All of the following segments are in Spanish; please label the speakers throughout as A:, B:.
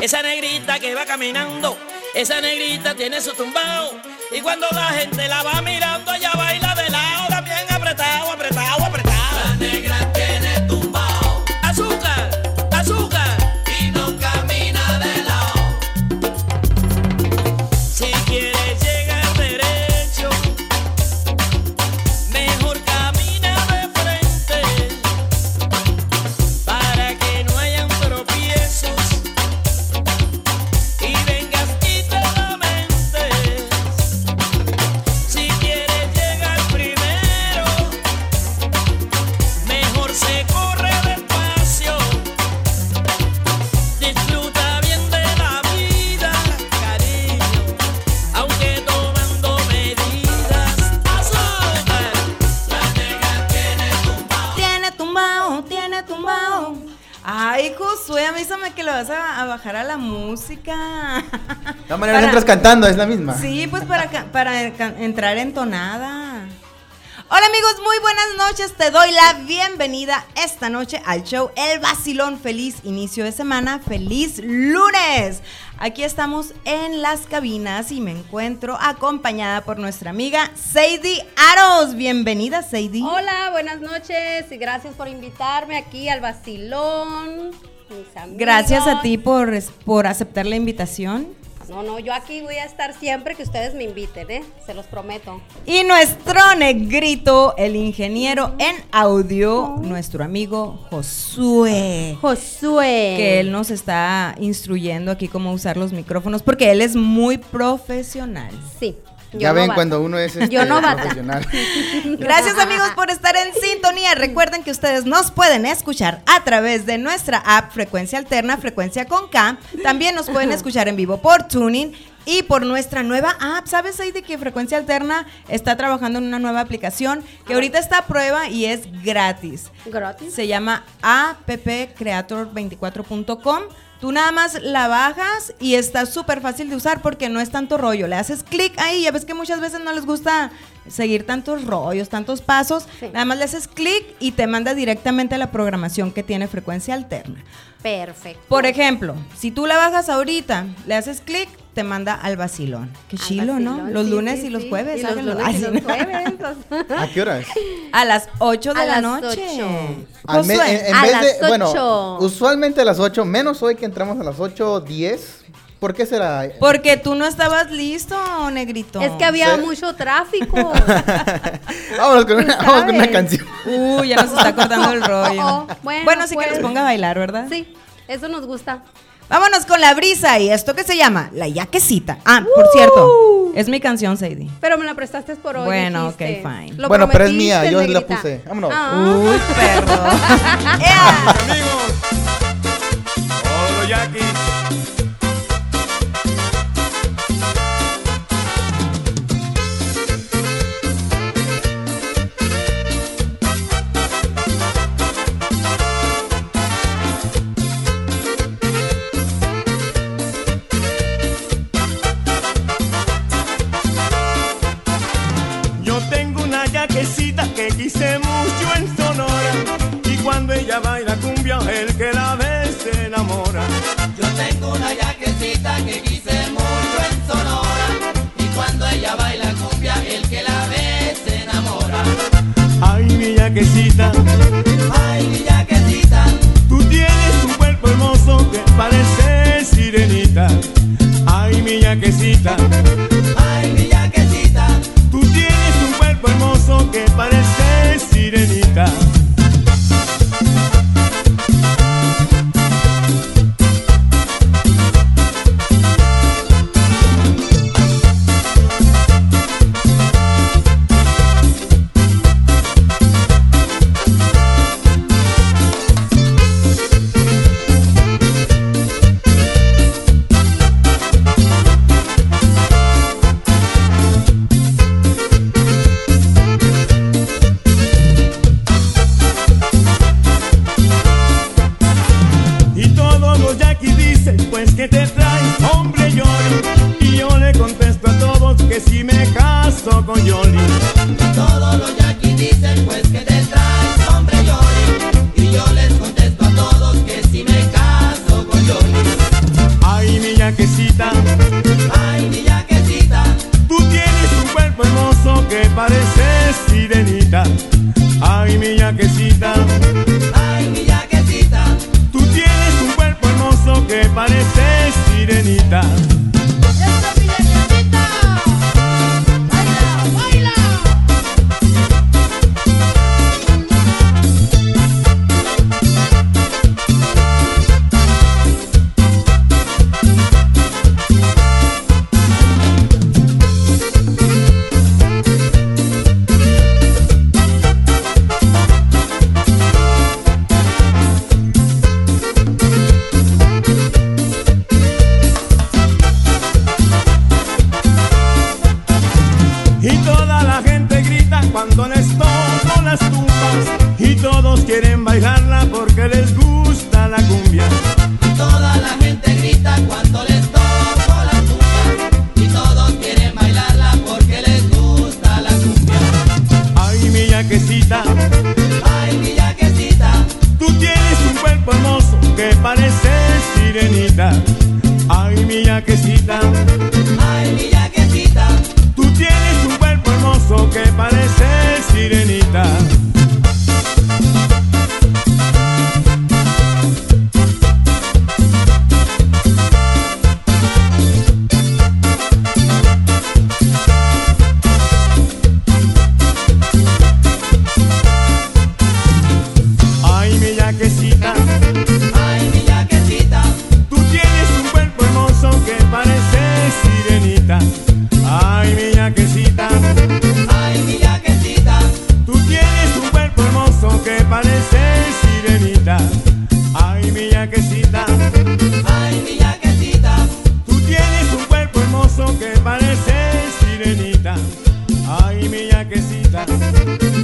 A: Esa negrita que va caminando, esa negrita tiene su tumbao. Y cuando la gente la va mirando, ella baila de lado, también apretado, apretado, apretado.
B: La negra tiene tumbao
A: Azúcar, azúcar.
B: y no camina de lado.
A: Si quieres llegar derecho, mejor camina de frente para que no hayan tropiezos y vengas y te lamentes. Si quieres llegar primero, mejor se corre despacio. Disfruta bien de la vida, cariño, aunque tomando medidas. Azúcar,
C: Tiene tumbao, tiene tumbao. Ay, Josué, avísame que lo vas a, a bajar a la música.
D: De todas maneras
C: Para-
D: entras cantando, es la misma.
C: Sí, pues para, ca- para ca- entrar entonada. Hola amigos, muy buenas noches. Te doy la bienvenida esta noche al show El Vacilón. Feliz inicio de semana, feliz lunes. Aquí estamos en las cabinas y me encuentro acompañada por nuestra amiga Sadie Aros. Bienvenida, Sadie.
E: Hola, buenas noches y gracias por invitarme aquí al vacilón. mis amigos.
C: Gracias a ti por, por aceptar la invitación.
E: No, no, yo aquí voy a estar siempre que ustedes me inviten, ¿eh? Se los prometo.
C: Y nuestro negrito, el ingeniero en audio, nuestro amigo Josué.
E: Josué.
C: Que él nos está instruyendo aquí cómo usar los micrófonos, porque él es muy profesional.
E: Sí. yo
D: ya
E: no
D: ven
E: bato.
D: cuando uno es este,
E: Yo no bata.
D: profesional.
C: Gracias amigos por estar en sintonía. Recuerden que ustedes nos pueden escuchar a través de nuestra app Frecuencia Alterna, Frecuencia con K. También nos pueden escuchar en vivo por Tuning y por nuestra nueva app. ¿Sabes ahí de que Frecuencia Alterna está trabajando en una nueva aplicación que ahorita está a prueba y es gratis?
E: Gratis.
C: Se llama appcreator24.com. Tú nada más la bajas y está súper fácil de usar porque no es tanto rollo. Le haces clic ahí, ya ves que muchas veces no les gusta seguir tantos rollos, tantos pasos.
E: Sí.
C: Nada más le haces clic y te manda directamente a la programación que tiene frecuencia alterna.
E: Perfecto.
C: Por ejemplo, si tú la bajas ahorita, le haces clic, te manda al vacilón. Qué
E: Al
C: chilo, ¿no?
E: vacilón,
C: Los
E: sí,
C: lunes
E: sí,
C: y los
E: sí.
C: jueves.
E: Y los
C: háganlo.
E: lunes y
C: Ay,
E: los
C: no.
E: jueves.
D: ¿A qué horas?
C: A las 8 de
E: A
C: la
E: las
C: noche.
E: ocho.
D: Al me- eh,
C: Josué.
D: en, en
E: a
D: vez
E: las
D: de, bueno,
E: ocho.
D: usualmente a las 8, menos hoy que entramos a las 8.10. ¿Por qué será?
C: Porque tú no estabas listo, negrito.
E: Es que había
D: Sí.
E: mucho tráfico.
D: vámonos con una, vámonos con una
E: sabes.
D: canción.
C: Uy, ya nos está cortando el rollo.
E: Oh, oh, bueno,
C: sí que
E: pues.
C: nos ponga a bailar, ¿verdad?
E: sí, eso nos gusta.
C: Vámonos con la brisa y esto que se llama la yaquecita. Ah, por
E: Uh.
C: cierto, es mi canción, Sadie.
E: Pero me la prestaste por hoy.
C: Bueno,
E: dijiste.
C: ok, fine.
E: Lo
D: Bueno, pero es
E: prometiste,
D: mía, yo la
E: negrita.
D: puse. Vámonos.
E: Ah.
C: Perdón.
F: amigos. Todo yaqui. Yo tengo una yaquecita que quise mucho en Sonora Y cuando ella baila cumbia el que la ve se enamora
B: Yo tengo una yaquecita que quise mucho en Sonora y cuando ella baila cumbia el que la ve se enamora.
F: Ay mi yaquecita,
B: Ay mi yaquecita,
F: tú tienes un cuerpo hermoso que parece sirenita Ay mi yaquecita,
B: ay mi yaquecita,
F: tú tienes un cuerpo hermoso que parece sirenita Y todos los yaquis dicen, pues que te traes, hombre Yoli. Y yo le contesto a todos que si me caso con Yoli.
B: todos los yaquis dicen pues que te traes hombre Yoli y yo les contesto a todos que si me caso con Yoli.
F: Ay, Ay, mi yaquecita,
B: Ay, mi yaquecita,
F: tú tienes un cuerpo hermoso que parece sirenita.
G: Eso, mi yaquecita. Baila, baila.
F: Y toda la gente grita cuando les toco las tumbas. Y todos quieren bailarla porque les gusta la cumbia.
B: toda la gente grita cuando les toco la cumbia y todos quieren bailarla porque les gusta la cumbia.
F: Ay, mi yaquecita,
B: Ay, mi yaquecita,
F: tú tienes un cuerpo hermoso que parece sirenita. Ay, mi yaquecita,
B: ay, mi yaquecita,
F: tú tienes un cuerpo hermoso que parece sirenita. Ay, mi yaquecita,
B: ay, mi yaquecita,
F: tú tienes un cuerpo hermoso que parece sirenita. Ay, mi yaquecita.
B: ay, mi yaquecita,
F: Tú tienes un cuerpo hermoso que parece sirenita. Ay, mi yaquecita.
B: ay, mi yaquecita,
F: Tú tienes un cuerpo hermoso que parece sirenita. Ay, mi yaquecita.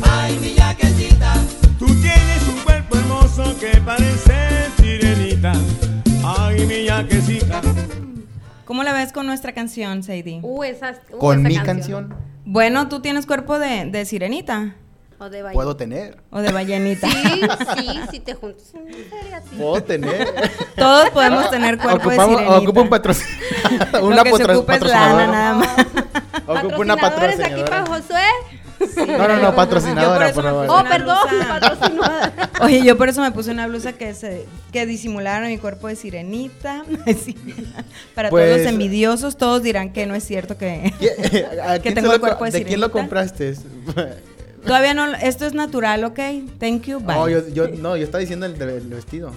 B: ay, mi yaquecita,
F: Tú tienes un cuerpo hermoso que parece sirenita. Ay, mi yaquecita.
C: ¿Cómo la ves con nuestra canción, Sadie?
E: Uh, esas, uh,
D: Con
E: esa
D: mi canción,
C: Bueno, tú tienes cuerpo de, de sirenita
E: O de baile.
D: puedo tener.
C: o de ballenita.
E: Sí, sí, si te juntas en una feria, sí.
D: Puedo tener.
C: Todos podemos tener cuerpo
D: Ocupamos,
C: de sirenita.
D: ocupa un patrocinio.
C: Lo que se ocupa es lana nada más.
D: Ocupa una
E: Patrocinadores aquí
D: patrocinadora.
E: para Josué.
D: No, no, no,
C: Yo por
D: patrocinadora,
C: eso
D: por
C: me
D: favor.
C: puse
E: Oh,
C: una
E: perdón,
C: blusa.
E: patrocinadora.
C: Oye, yo por eso me puse una blusa que se que disimulara mi cuerpo de sirenita. Sí. Para todos
D: Pues-
C: los envidiosos, todos dirán que no es cierto que
D: ¿Qué- a
C: Que
D: quién
C: tengo
D: se
C: el cuerpo de
D: ¿De quién lo
C: sirenita?
D: compraste?
C: todavía no. Esto es natural, ¿ok? Thank you, bye.
D: No, Oh, yo, yo, no, yo estaba diciendo el, del vestido.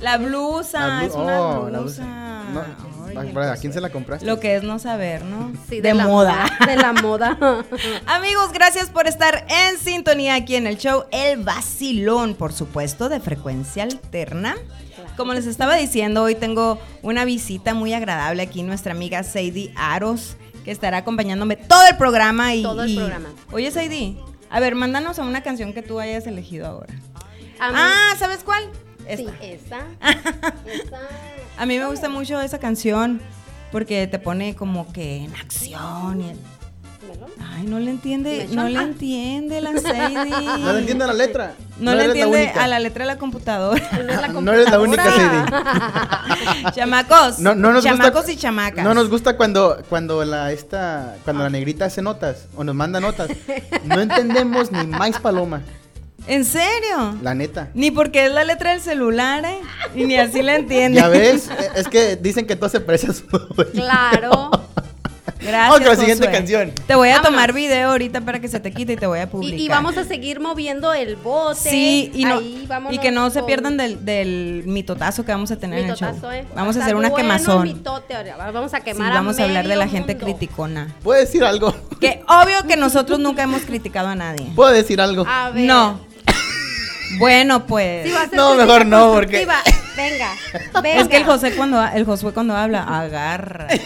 C: La blusa,
D: La blu-
C: Ah, es una
D: oh,
C: blusa.
D: la blusa. No,
C: Oye,
D: ¿a-
C: pues,
D: ¿A quién se la compraste?
C: Lo que es no saber, ¿no?
E: Sí,
C: de,
E: la
C: moda.
E: De la moda.
C: Amigos, gracias por estar en sintonía aquí en el show El Vacilón, por supuesto, de frecuencia alterna. Como les estaba diciendo, hoy tengo una visita muy agradable aquí, nuestra amiga Sadie Aros, que estará acompañándome todo el programa. Y,
E: Todo el
C: y-
E: programa.
C: Oye, Sadie, a ver, mándanos a una canción que tú hayas elegido ahora.
E: A mí-
C: Ah, ¿sabes cuál? Esta.
E: Sí, esa. esa.
C: A mí me gusta mucho esa canción porque te pone como que en acción. y-
E: ¿Verdad?
C: Ay, no le entiende,
E: Mechón.
C: no le
E: Ah.
C: entiende la Sadie.
D: No le entiende a la letra.
C: No le
D: eres la
C: entiende
D: única.
C: a la letra de la computadora.
E: No es la
D: No eres la única,
E: computadora.
D: Sadie.
C: chamacos.
D: No, no nos
C: chamacos
D: gusta,
C: y chamacas.
D: No nos gusta cuando, cuando la esta, cuando la negrita hace notas o nos manda notas. No entendemos ni más paloma,
C: ¿En serio?
D: la neta.
C: Ni porque es la letra del celular, ¿eh? Y ni así la entiende.
D: Ya ves, Eh, es que dicen que todo se parece a su abuelito.
E: Claro.
C: Gracias.
D: Vamos con la siguiente
C: Josué.
D: canción.
C: Te voy a
E: Vámonos.
C: tomar video ahorita para que se te quite y te voy a
E: Y,
C: publicar.
E: y vamos a seguir moviendo el bote.
C: Sí, y, no-
E: Ahí, vámonos
C: y que no se
E: con
C: pierdan del, del mitotazo que vamos a tener en el
E: mitotazo,
C: show.
E: eh.
C: Vamos a
E: Está
C: hacer una
E: bueno el
C: quemazón.
E: mitote ahora. Vamos a
C: Sí,
E: quemar
C: vamos a hablar de la
E: medio
C: gente
E: mundo.
C: criticona.
D: ¿Puedo decir algo?
C: Que obvio que nosotros nunca hemos criticado a nadie.
D: ¿Puedo decir algo?
C: Ah,
E: A ver.
C: No. Bueno, pues.
E: Sí, va a ser
D: No,
E: crítica
D: mejor no, porque-
E: constructiva. Venga, venga.
C: Es que el José cuando ha- el Josué cuando habla agarra. Di,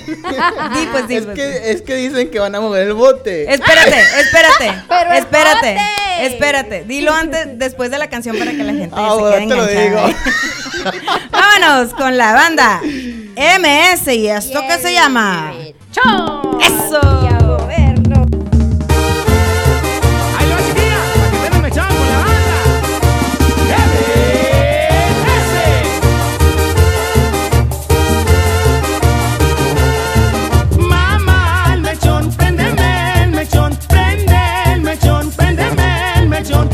C: pues, di,
D: es,
C: pues, di.
D: que, es que dicen que van a mover el bote.
C: Espérate, espérate,
E: Pero el
C: espérate,
E: bote.
C: espérate. Dilo antes, después de la canción para que la gente
D: Ah,
C: se
D: bueno,
C: quede
D: te lo
C: enganchada. ¿eh? Vámonos con la banda MS y esto que se llama.
E: ¡Chao!
C: Eso.
E: Y a movernos.
F: ¡Ay, la chiquilla! ¡Para que tengan echado con la banda! Mamá, el mechón, préndeme el mechón, prende el mechón, préndeme el mechón.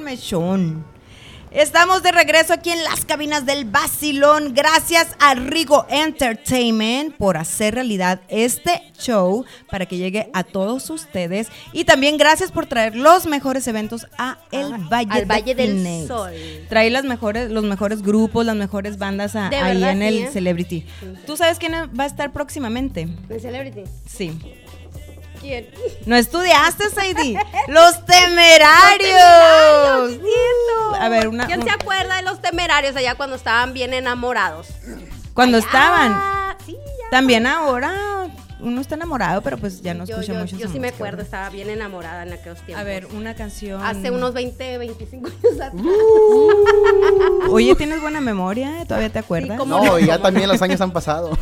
C: mechón. Estamos de regreso aquí en las cabinas del Basilón. Gracias a Rigo Entertainment por hacer realidad este show para que llegue a todos ustedes. Y también gracias por traer los mejores eventos a el Valle,
E: al
C: de
E: Valle del
C: Phoenix.
E: Sol.
C: Trae las mejores, los mejores grupos, las mejores bandas a-
E: De
C: ahí
E: verdad,
C: en
E: sí,
C: el
E: ¿eh?
C: Celebrity. ¿Tú sabes quién va a estar próximamente?
E: ¿De Celebrity?
C: Sí.
E: ¿Quién?
C: No estudiaste, Sadie. Los temerarios.
E: Los Temerarios, sí, cierto.
C: A ver, una.
E: ¿Quién se
C: un-
E: acuerda de los temerarios allá cuando estaban bien enamorados?
C: cuando estaban.
E: Ah, sí, ya.
C: También ahora uno está enamorado, pero pues ya no
E: Yo,
C: escucha
E: yo-
C: mucho.
E: yo
C: esa
E: sí me
C: música,
E: acuerdo,
C: ¿verdad?
E: estaba bien enamorada en aquellos tiempos.
C: A ver, um, una canción.
E: Hace unos 20, 25 años atrás.
C: Uh. Oye, tienes buena memoria, todavía te acuerdas.
E: como-
D: No, y ya también los años han pasado.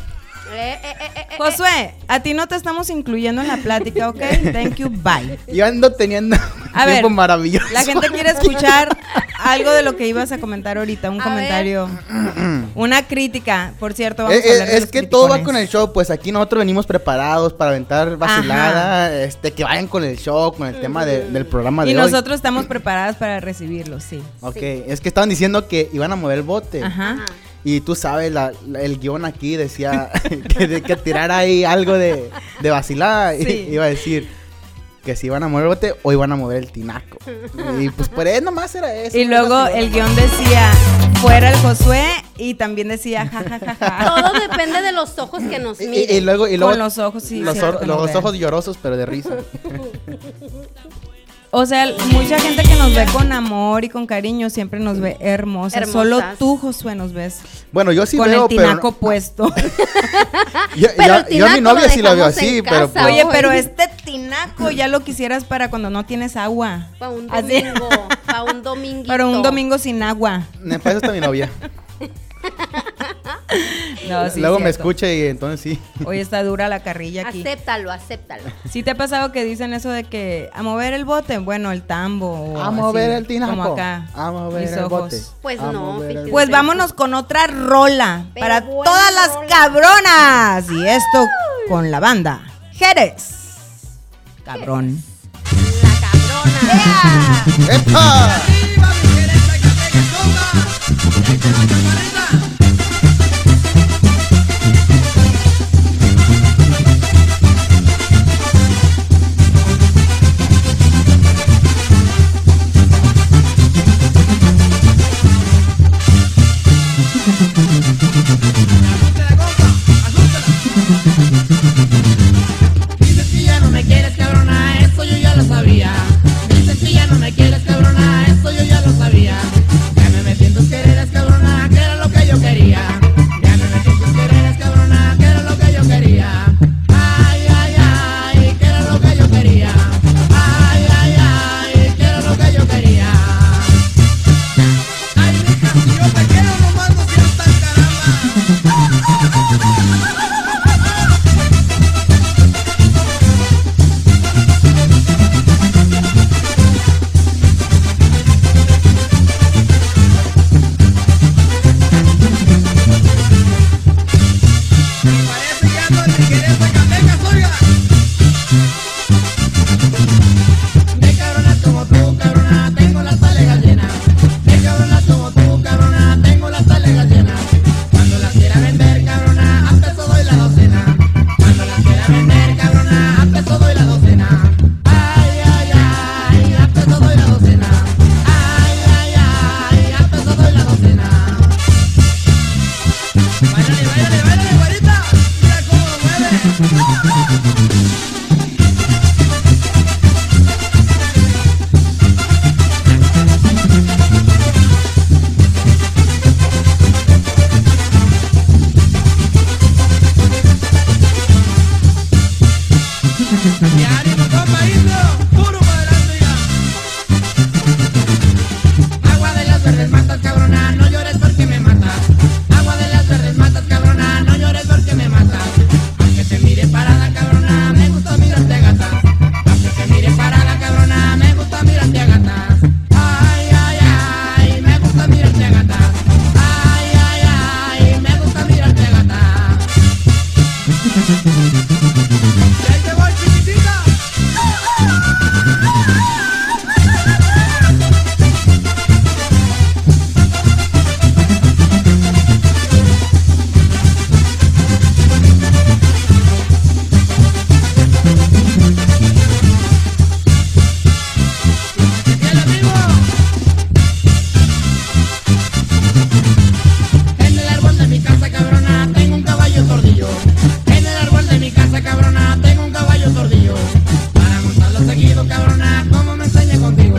E: Eh, eh, eh, eh, eh,
C: Josué, a ti no te estamos incluyendo en la plática, ¿ok? Thank you, bye.
D: Yo ando teniendo
C: A
D: un
C: ver,
D: tiempo maravilloso.
C: La gente quiere escuchar algo de lo que ibas a comentar ahorita, un
E: A
C: comentario, una crítica. Por cierto, vamos
D: Eh,
C: a
D: eh,
C: hablar de
D: es
C: los
D: que todo va
C: criticones.
D: con el show, pues aquí nosotros venimos preparados para aventar vacilada, este, que vayan con el show, con el tema de- del programa de
C: Y
D: hoy.
C: nosotros estamos preparadas para recibirlo, sí.
D: Ok, es que estaban diciendo que iban a mover el bote.
C: Ajá.
D: Y tú sabes, la- la- el guión aquí decía que, de que tirara ahí algo de, de vacilada. y
C: Sí.
D: iba a decir que si iban a mover el bote o iban a mover el tinaco. Y pues por eso nomás era eso.
C: Y
D: una
C: luego
D: vacilada
C: el
D: nomás.
C: guión decía, fuera el Josué, y también decía, ja, ja, ja, ja.
E: ah. Todo depende de los ojos que nos
D: Y, y- y
E: miren.
D: luego, y
C: Con
D: luego
C: los ojos, sí,
D: los,
C: cierto
D: or-
C: que no
D: los
C: vean.
D: ojos llorosos, pero de risa.
C: O sea, mucha gente que nos ve con amor y con cariño siempre nos ve hermosa.
E: Hermosas.
C: Solo tú, Josué, nos ves
D: Bueno, yo sí
C: con
D: veo,
C: el
D: pero
C: tinaco
D: no-
C: puesto.
D: yo,
E: Pero
D: yo-
E: el
D: yo a
E: tinaco
D: mi
E: lo
D: novia sí la veo
E: dejamos en
D: así, pero
E: casa,
D: pues,
C: Oye,
E: Ay.
C: pero este tinaco ya lo quisieras para cuando no tienes agua.
E: Para un
C: Así.
E: domingo. Para un dominguito.
C: Para un domingo sin agua.
D: me parece hasta pues, mi novia.
C: No, Ah, sí,
D: luego me
C: cierto.
D: escucha y entonces sí.
C: Hoy está dura la carrilla aquí.
E: Acéptalo, acéptalo.
C: ¿Sí te ha pasado que dicen eso de que a mover el bote? Bueno, el tambo. o
D: A mover
C: Oh, así,
D: el tinaco.
C: Como acá.
D: A mover
C: mis
D: el
C: ojos.
D: bote.
E: Pues
D: A
E: no,
D: mover el
E: fíjate.
C: Pues vámonos con otra rola
E: Pero
C: para
E: buena
C: todas las
E: rola.
C: cabronas. Y esto con la banda Jerez. Cabrón.
E: La cabrona.
D: ¡Epa!
B: Dices que ya no me quieres, cabrona, eso yo ya lo sabía. Dices que ya no me quieres, cabrona, eso yo ya lo sabía. Ya me metí en tus quereres, cabrona, que era lo que yo quería. Ya me metí en tus quereres, cabrona, que era lo que yo quería. Ay, ay, ay, que era lo que yo quería. Ay, ay, ay, que era lo que yo quería. Ay, mija, si yo te quiero, nomás no seas tan caramba. Parece que ando en Tijeres, Zacatecas, oiga. De cabronas como tú, cabrona, tengo las talegas llenas. De cabronas como tú, cabrona, tengo las talegas llenas. Cuando las quiera vender, cabrona, a peso doy la docena. Cuando las quiera vender, cabrona, a peso doy la docena. Ay, ay, ay, a peso doy la docena. Ay, ay, ay, a peso doy la docena. Báilale, báilale, báilale, güerita. Mira cómo lo mueve. Y ánimo, compa indio. Puro para adelante, ya. Agua de las verdes matas, cabrona, no llores porque me matas. Agua de las verdes matas, cabrona, no llores porque me matas. Aunque te mire parada, cabrona, me gusta mirarte a gatas. Aunque te mire parada, cabrona, me gusta mirarte a gatas. Ay, ay, ay, me gusta mirarte a gatas. Ay, ay, ay, me gusta mirarte a gatas. Y ahí te voy, chiquitita. sencillo. En el árbol de mi casa, cabrona, tengo un caballo tordillo. Para montarlo seguido, cabrona, como me enseñé contigo.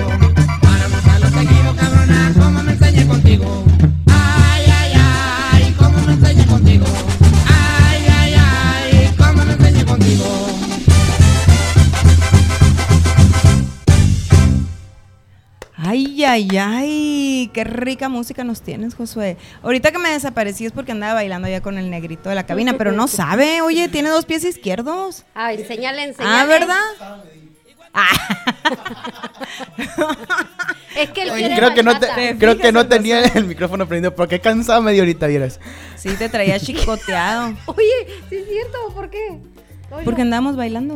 B: Para montarlo seguido, cabrona, como me enseñé contigo. Ay, ay, ay, como me enseñé contigo. Ay, ay, ay, como me enseñé contigo.
C: Ay, ay, ay, qué rica música nos tienes, Josué. Ahorita que me desaparecí es porque andaba bailando ya con el negrito de la cabina, pero no sabe, oye, tiene dos pies izquierdos.
E: Ay, señalen, señalen.
C: Ah, ¿verdad? Ah.
E: Es que él
D: Oye,
E: quiere
D: creo que no,
E: bachata.
D: te-
C: Me
D: creo que
C: fijas
D: no
C: en los
D: tenía el micrófono prendido porque cansado medio ahorita, vieras.
C: sí, te traía chicoteado.
E: Oye, sí es cierto, ¿por qué? Oye,
C: Porque andamos bailando.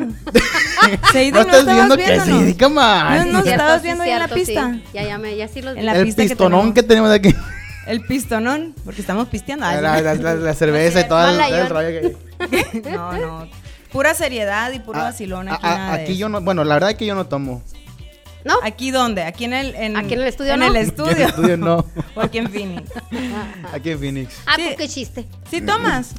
C: Seidi,
D: No estás viendo que
C: viéndonos?
D: sí, cama.
C: No, no
E: cierto,
C: estabas
E: sí
C: viendo
E: es
C: ahí en la
E: cierto, sí.
C: pista.
E: Ya, ya, me, ya sí los vi.
C: En la-
D: el
C: pista que
D: pistonón que tenemos, aquí.
C: El pistonón, porque estamos pisteando. Ay,
D: la, la- la- la cerveza y todo el,
E: Mala
D: todo el
E: yo.
D: rollo que-
C: No, no. Pura seriedad y puro
D: Ah,
C: vacilón aquí.
D: ah,
C: nada de
D: aquí
C: eso.
D: yo no, bueno, la verdad es que yo no tomo.
E: ¿No?
C: ¿Aquí dónde? ¿Aquí en el, en,
E: Aquí en el estudio
C: en
E: no.
C: el
D: En el
C: estudio?
D: estudio no.
C: ¿O aquí en Phoenix?
D: Aquí en Phoenix.
E: Ah,
C: Sí.
E: pues qué chiste.
C: ¿Sí tomas?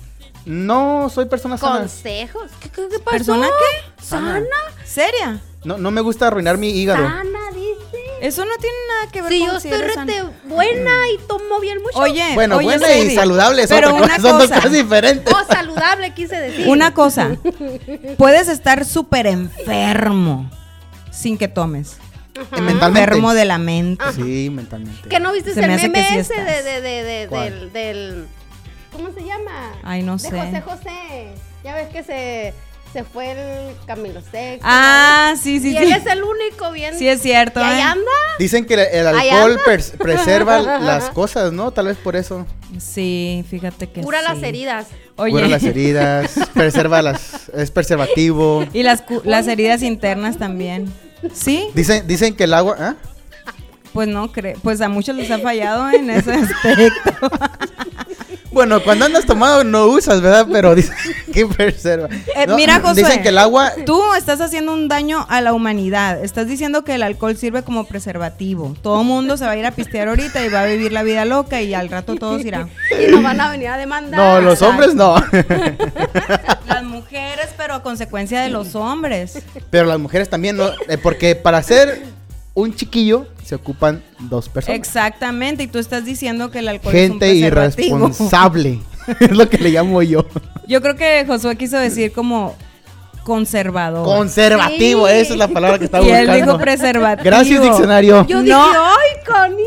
D: No soy persona sana.
E: ¿Consejos? ¿Qué, qué, qué pasó?
C: ¿Persona qué?
E: ¿Sana?
C: ¿Seria?
D: No, no me gusta arruinar mi hígado.
C: Ah,
E: ¿Sana, dice?
C: Eso no tiene nada que ver
E: Si
C: con
E: yo
C: si
E: estoy
C: eres
E: rete
C: sana.
E: buena y tomo bien mucho.
C: Oye,
D: Bueno,
C: oye,
D: buena y
C: Sadie,
D: saludable es
C: Pero
D: otra
C: una
D: cosa, Son dos
C: cosa,
D: cosas diferentes.
E: Oh, saludable, quise decir.
C: una cosa. Puedes estar súper enfermo sin que tomes.
D: Eh, Mentalmente.
C: Enfermo de la mente.
D: Sí, mentalmente.
E: ¿Que no viste
C: Se
E: el
C: me hace
E: meme
C: que sí
E: ese de,
C: estás.
E: de, de, de- del,
D: Este, ¿Cuál?
E: del- ¿Cómo se llama?
C: Ay, no
E: De
C: sé.
E: José José. Ya ves que se, se fue el Camilo Sex.
C: Ah, sí, sí, sí.
E: y él es el único bien.
C: Sí, es cierto.
E: Y ahí
C: ¿eh?
E: anda.
D: Dicen que el
E: Ahí
D: alcohol
E: anda.
D: pers- preserva las cosas, ¿no? Tal vez por eso.
C: Sí, fíjate que
E: Cura
C: sí.
E: las heridas.
C: Oye,
D: Cura las heridas, preserva las, es preservativo.
C: y las, cu- las heridas internas también. ¿Sí?
D: Dicen, dicen que el agua, ¿ah?
C: Pues no creo. Pues a muchos les ha fallado en ese aspecto.
D: Bueno, cuando andas tomado no usas, ¿verdad? Pero dicen que preserva.
C: Eh,
D: No,
C: mira, José.
D: Dicen que el agua,
C: Tú estás haciendo un daño a la humanidad. Estás diciendo que el alcohol sirve como preservativo. Todo mundo se va a ir a pistear ahorita y va a vivir la vida loca y al rato todos irán.
E: Y nos van a venir a demandar.
D: no, los hombres no.
C: Las mujeres, pero a consecuencia de los hombres.
D: Pero las mujeres también no, eh, porque para ser un chiquillo se ocupan dos personas.
C: Exactamente. Y tú estás diciendo que el alcohol
D: Gente
C: es un preservativo.
D: irresponsable. es lo que le llamo yo.
C: Yo creo que Josué quiso decir como conservador.
D: Conservativo,
E: Sí.
D: esa es la palabra que estaba
C: Oh. y él
D: buscando.
C: dijo preservativo.
D: Gracias, diccionario.
E: Yo
C: No.
E: dije, ¡ay, canijo!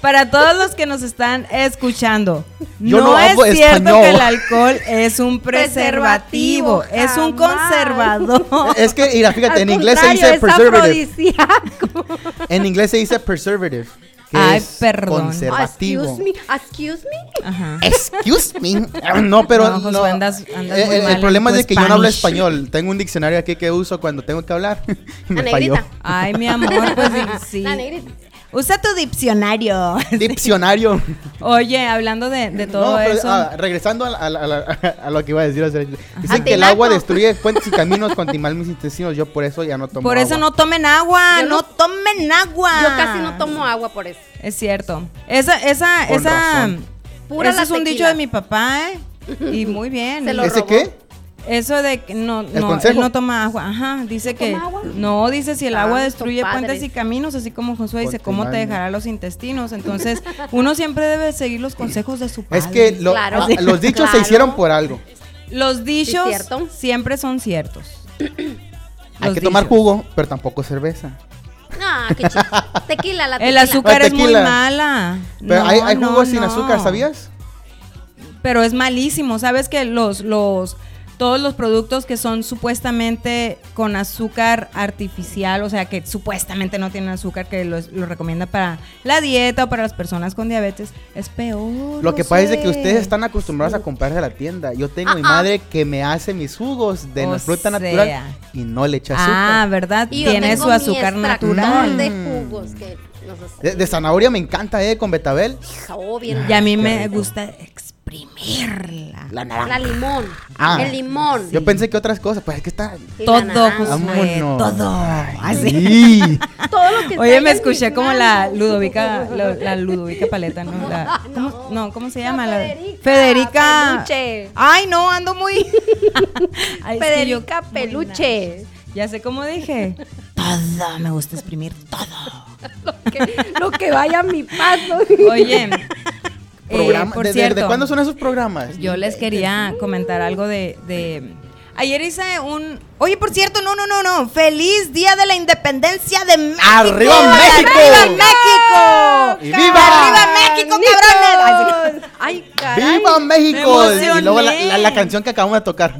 C: Para todos los que nos están escuchando,
D: Yo
C: no,
D: no
C: es
D: hablo
C: cierto
D: español.
C: que el alcohol es un preservativo,
E: Preservativo,
C: es un
E: jamás.
C: conservador.
D: Es que, mira, fíjate, en
E: Al
D: inglés se
E: contrario,
D: dice
E: es
D: preservative.
E: afrodisíaco.
D: En inglés se dice preservative. que
C: Ay,
D: es
C: perdón. Oh,
D: Conservativo.
E: Excuse me, excuse me.
C: Ajá.
D: Excuse me. No, pero.
C: No, Josué,
D: no.
C: andas- andas
D: Eh,
C: muy
D: el,
C: mal en
D: problema
C: tu
D: es de que yo no hablo
C: Spanish.
D: español. Tengo un diccionario aquí que uso cuando tengo que hablar.
E: La
D: Me falló.
E: negrita.
C: Ay, mi amor, pues sí.
E: La negrita.
C: Usa tu diccionario.
D: Diccionario.
C: Oye, hablando de, de todo
D: No, pero,
C: eso.
D: ah, regresando a, la- a la- a la- a lo que iba a decir. o sea, dicen que el
E: Antilaco.
D: agua destruye puentes y caminos con timal mis intestinos. Yo por eso ya no tomo
C: Por eso
D: agua.
C: no tomen agua,
E: Yo
C: no,
E: no-
C: tomen agua.
E: Yo casi
C: Ah.
E: no tomo agua por eso.
C: Es cierto. Esa, esa,
D: Con
C: esa.
D: razón.
E: Pura
C: ese
E: la
C: es un
E: tequila.
C: dicho de mi papá, ¿eh? Y muy bien.
E: Se lo
D: ¿Ese
E: robó.
D: qué?
C: Eso de que no, no, él
D: consejo?
C: no toma agua. Ajá, dice
E: ¿No
C: que.
E: toma agua?
C: No, dice si el agua
E: Santo
C: destruye
E: padre.
C: puentes y caminos, así como Josué dice,
D: Porque
C: ¿cómo te
D: nadie-
C: dejará los intestinos? Entonces, uno siempre debe seguir los consejos de su padre.
D: Es que lo-
E: Claro.
D: ah, los dichos se
E: Claro.
D: hicieron por algo.
C: los dichos
E: Sí, cierto.
C: siempre son ciertos.
D: Hay
C: Los
D: que tomar
C: dichos.
D: jugo, pero tampoco cerveza.
E: No, Ah, qué chiste. Tequila, la tequila.
C: El azúcar
D: La
C: es muy
D: tequila.
C: mala.
D: Pero
C: No,
D: hay, hay
C: no,
D: jugos sin
C: no.
D: azúcar, ¿sabías?
C: Pero es malísimo. Sabes que los, los, todos los productos que son supuestamente con azúcar artificial, o sea, que supuestamente no tienen azúcar, que los, lo recomienda para la dieta o para las personas con diabetes, es peor.
D: Lo que pasa es de que
C: Josué.
D: ustedes están acostumbrados a comprarse a la tienda. Yo tengo mi madre que me hace mis jugos de
C: O
D: la fruta
C: sea.
D: natural y no le echa
C: Ah,
D: azúcar.
C: ¿verdad?
E: Y yo
C: Tiene
E: tengo
C: su
E: mi
C: azúcar
E: extractor
C: natural.
E: de jugos que nos hace-
D: De, de zanahoria me encanta, eh, con betabel.
E: Oh, bien.
C: Y a mí me gusta exprimido. exprimirla.
D: La
E: La
D: naranja.
E: limón.
D: Ah.
E: el limón.
D: Yo pensé que otras cosas, pues es que está.
E: Y la
C: Todo,
E: naranja.
C: Josué,
D: Vámonos.
C: todo. Así.
D: Sí.
E: Todo lo que
C: Oye, me
E: traigas,
C: escuché
E: mi
C: como
E: mano.
C: la Ludovica, la, la Ludovica Paleta, ¿no? La- ¿cómo, no, ¿cómo se
E: La
C: llama? La-
E: Federica Peluche.
C: Ay, no, ando muy. Ay, es que yo-
E: Federica Peluche.
C: ya sé cómo dije. Todo, me gusta exprimir todo.
E: Que- lo que vaya a mi paso.
C: Oye, eh,
D: Programa-
C: por
D: ¿de- de-
C: cierto,
D: ¿De cuándo son esos programas?
C: yo les quería comentar algo de, de- Ayer hice un... Oye, por cierto, no, no, no, no. ¡Feliz Día de la Independencia de México!
D: ¡Arriba México!
C: ¡Arriba México!
D: ¡Y viva!
C: ¡Arriba México, cabrones! Ay, sí.
E: Ay, caray.
D: ¡Viva México!
C: me emocioné.
D: Y luego la, la- la canción que acabamos de tocar.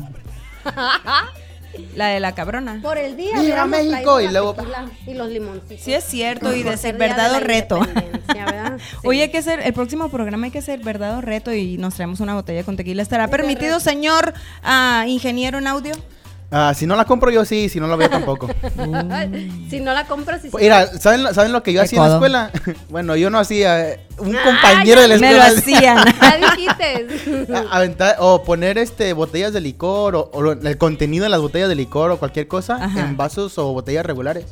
C: La de la cabrona.
E: Por el día.
D: Viva
E: hubiéramos
D: México,
E: traído
D: y
E: la
D: luego-
E: tequila Y los limoncitos.
C: Sí es cierto, y
E: Por
C: decir
E: ser día
C: verdad
E: de
C: o
E: la
C: reto.
E: independencia, ¿verdad? Sí.
C: Oye, hay que hacer, el próximo programa hay que hacer verdad o reto y nos traemos una botella con tequila. ¿Estará permitido, señor ah, ingeniero en audio?
D: Ah, si no la compro yo, sí, si no la veo tampoco.
E: si no la compras, sí.
D: Pues, Mira, ¿saben, lo- ¿saben lo que yo
C: Ay,
D: hacía en la
C: codo.
D: escuela? Bueno, yo no hacía. eh, Un
E: Ah,
D: compañero de la
C: Me lo
D: escuela.
C: hacían.
E: Ya dijiste.
D: A- aventar- o poner este botellas de licor o, o lo- el contenido de las botellas de licor o cualquier cosa
C: Ajá.
D: en vasos o botellas regulares.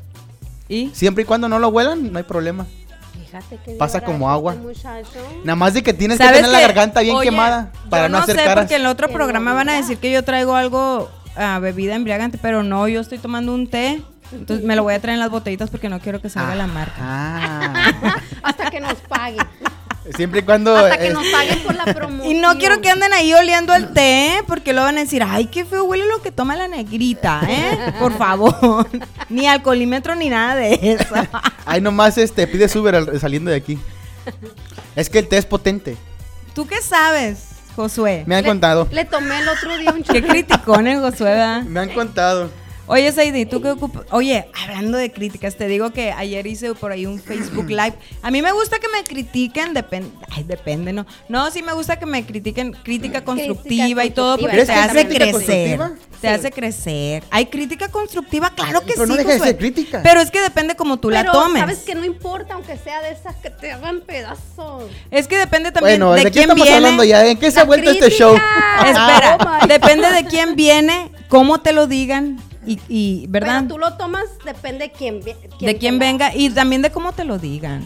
C: ¿Y?
D: Siempre y cuando no lo huelan, no hay problema.
E: Fíjate que
D: Pasa
E: llora
D: como agua.
E: este muchacho.
D: Nada más de que tienes que
C: ¿Sabes
D: tener la
C: qué?
D: garganta bien
C: Oye,
D: quemada
C: yo
D: para no, hacer
C: sé,
D: caras.
C: Porque en el otro
E: Que no
C: programa van a
E: diga.
C: decir que yo traigo algo, ah, bebida embriagante, pero no, yo estoy tomando un té. Entonces me lo voy a traer en las botellitas porque no quiero que salga la marca.
D: Ah.
E: Hasta que nos paguen.
D: Siempre y cuando.
E: Hasta que
D: eh,
E: nos paguen por la
C: Y
E: promoción.
C: no quiero que anden ahí oliendo el té, porque lo van a decir, ay, qué feo huele lo que toma la negrita, ¿eh? Por favor. ni alcoholímetro ni nada de eso.
D: Ahí nomás este, pides Uber al- saliendo de aquí. Es que el té es potente.
C: ¿Tú qué sabes, Josué?
D: Me han
E: Le-
D: contado.
E: Le tomé el otro día un
C: Qué
E: chorro.
C: criticón el Josué, ¿verdad?
D: Me han contado.
C: Oye, Saidi, ¿tú qué ocupas? Oye, hablando de críticas, te digo que ayer hice por ahí un Facebook Live. A mí me gusta que me critiquen, depende, ay, depende, ¿no? No, sí me gusta que me critiquen crítica constructiva y todo, porque
E: ¿Crees
C: te
E: que hay
C: hace
E: crítica
C: crecer.
D: constructiva?
C: Te hace crecer. Hay crítica constructiva, claro que
D: Pero
C: sí.
D: no deja de
C: Josué.
D: ser crítica.
C: Pero es que depende como tú la
E: Pero
C: tomes.
E: sabes que no importa, aunque sea de esas que te hagan pedazos.
C: Es que depende también
D: bueno,
C: de,
D: ¿de, qué
C: quién
D: estamos
C: viene.
D: hablando ya? ¿En qué se ha
E: La
D: vuelto este
E: crítica.
D: show?
C: Espera,
E: Ah. Oh my
C: depende de quién viene, cómo te lo digan y, y ¿verdad?
E: Pero tú lo tomas, depende de quién,
C: de
E: vi-
C: quién
E: te la- Pues
C: venga y también de cómo te lo digan.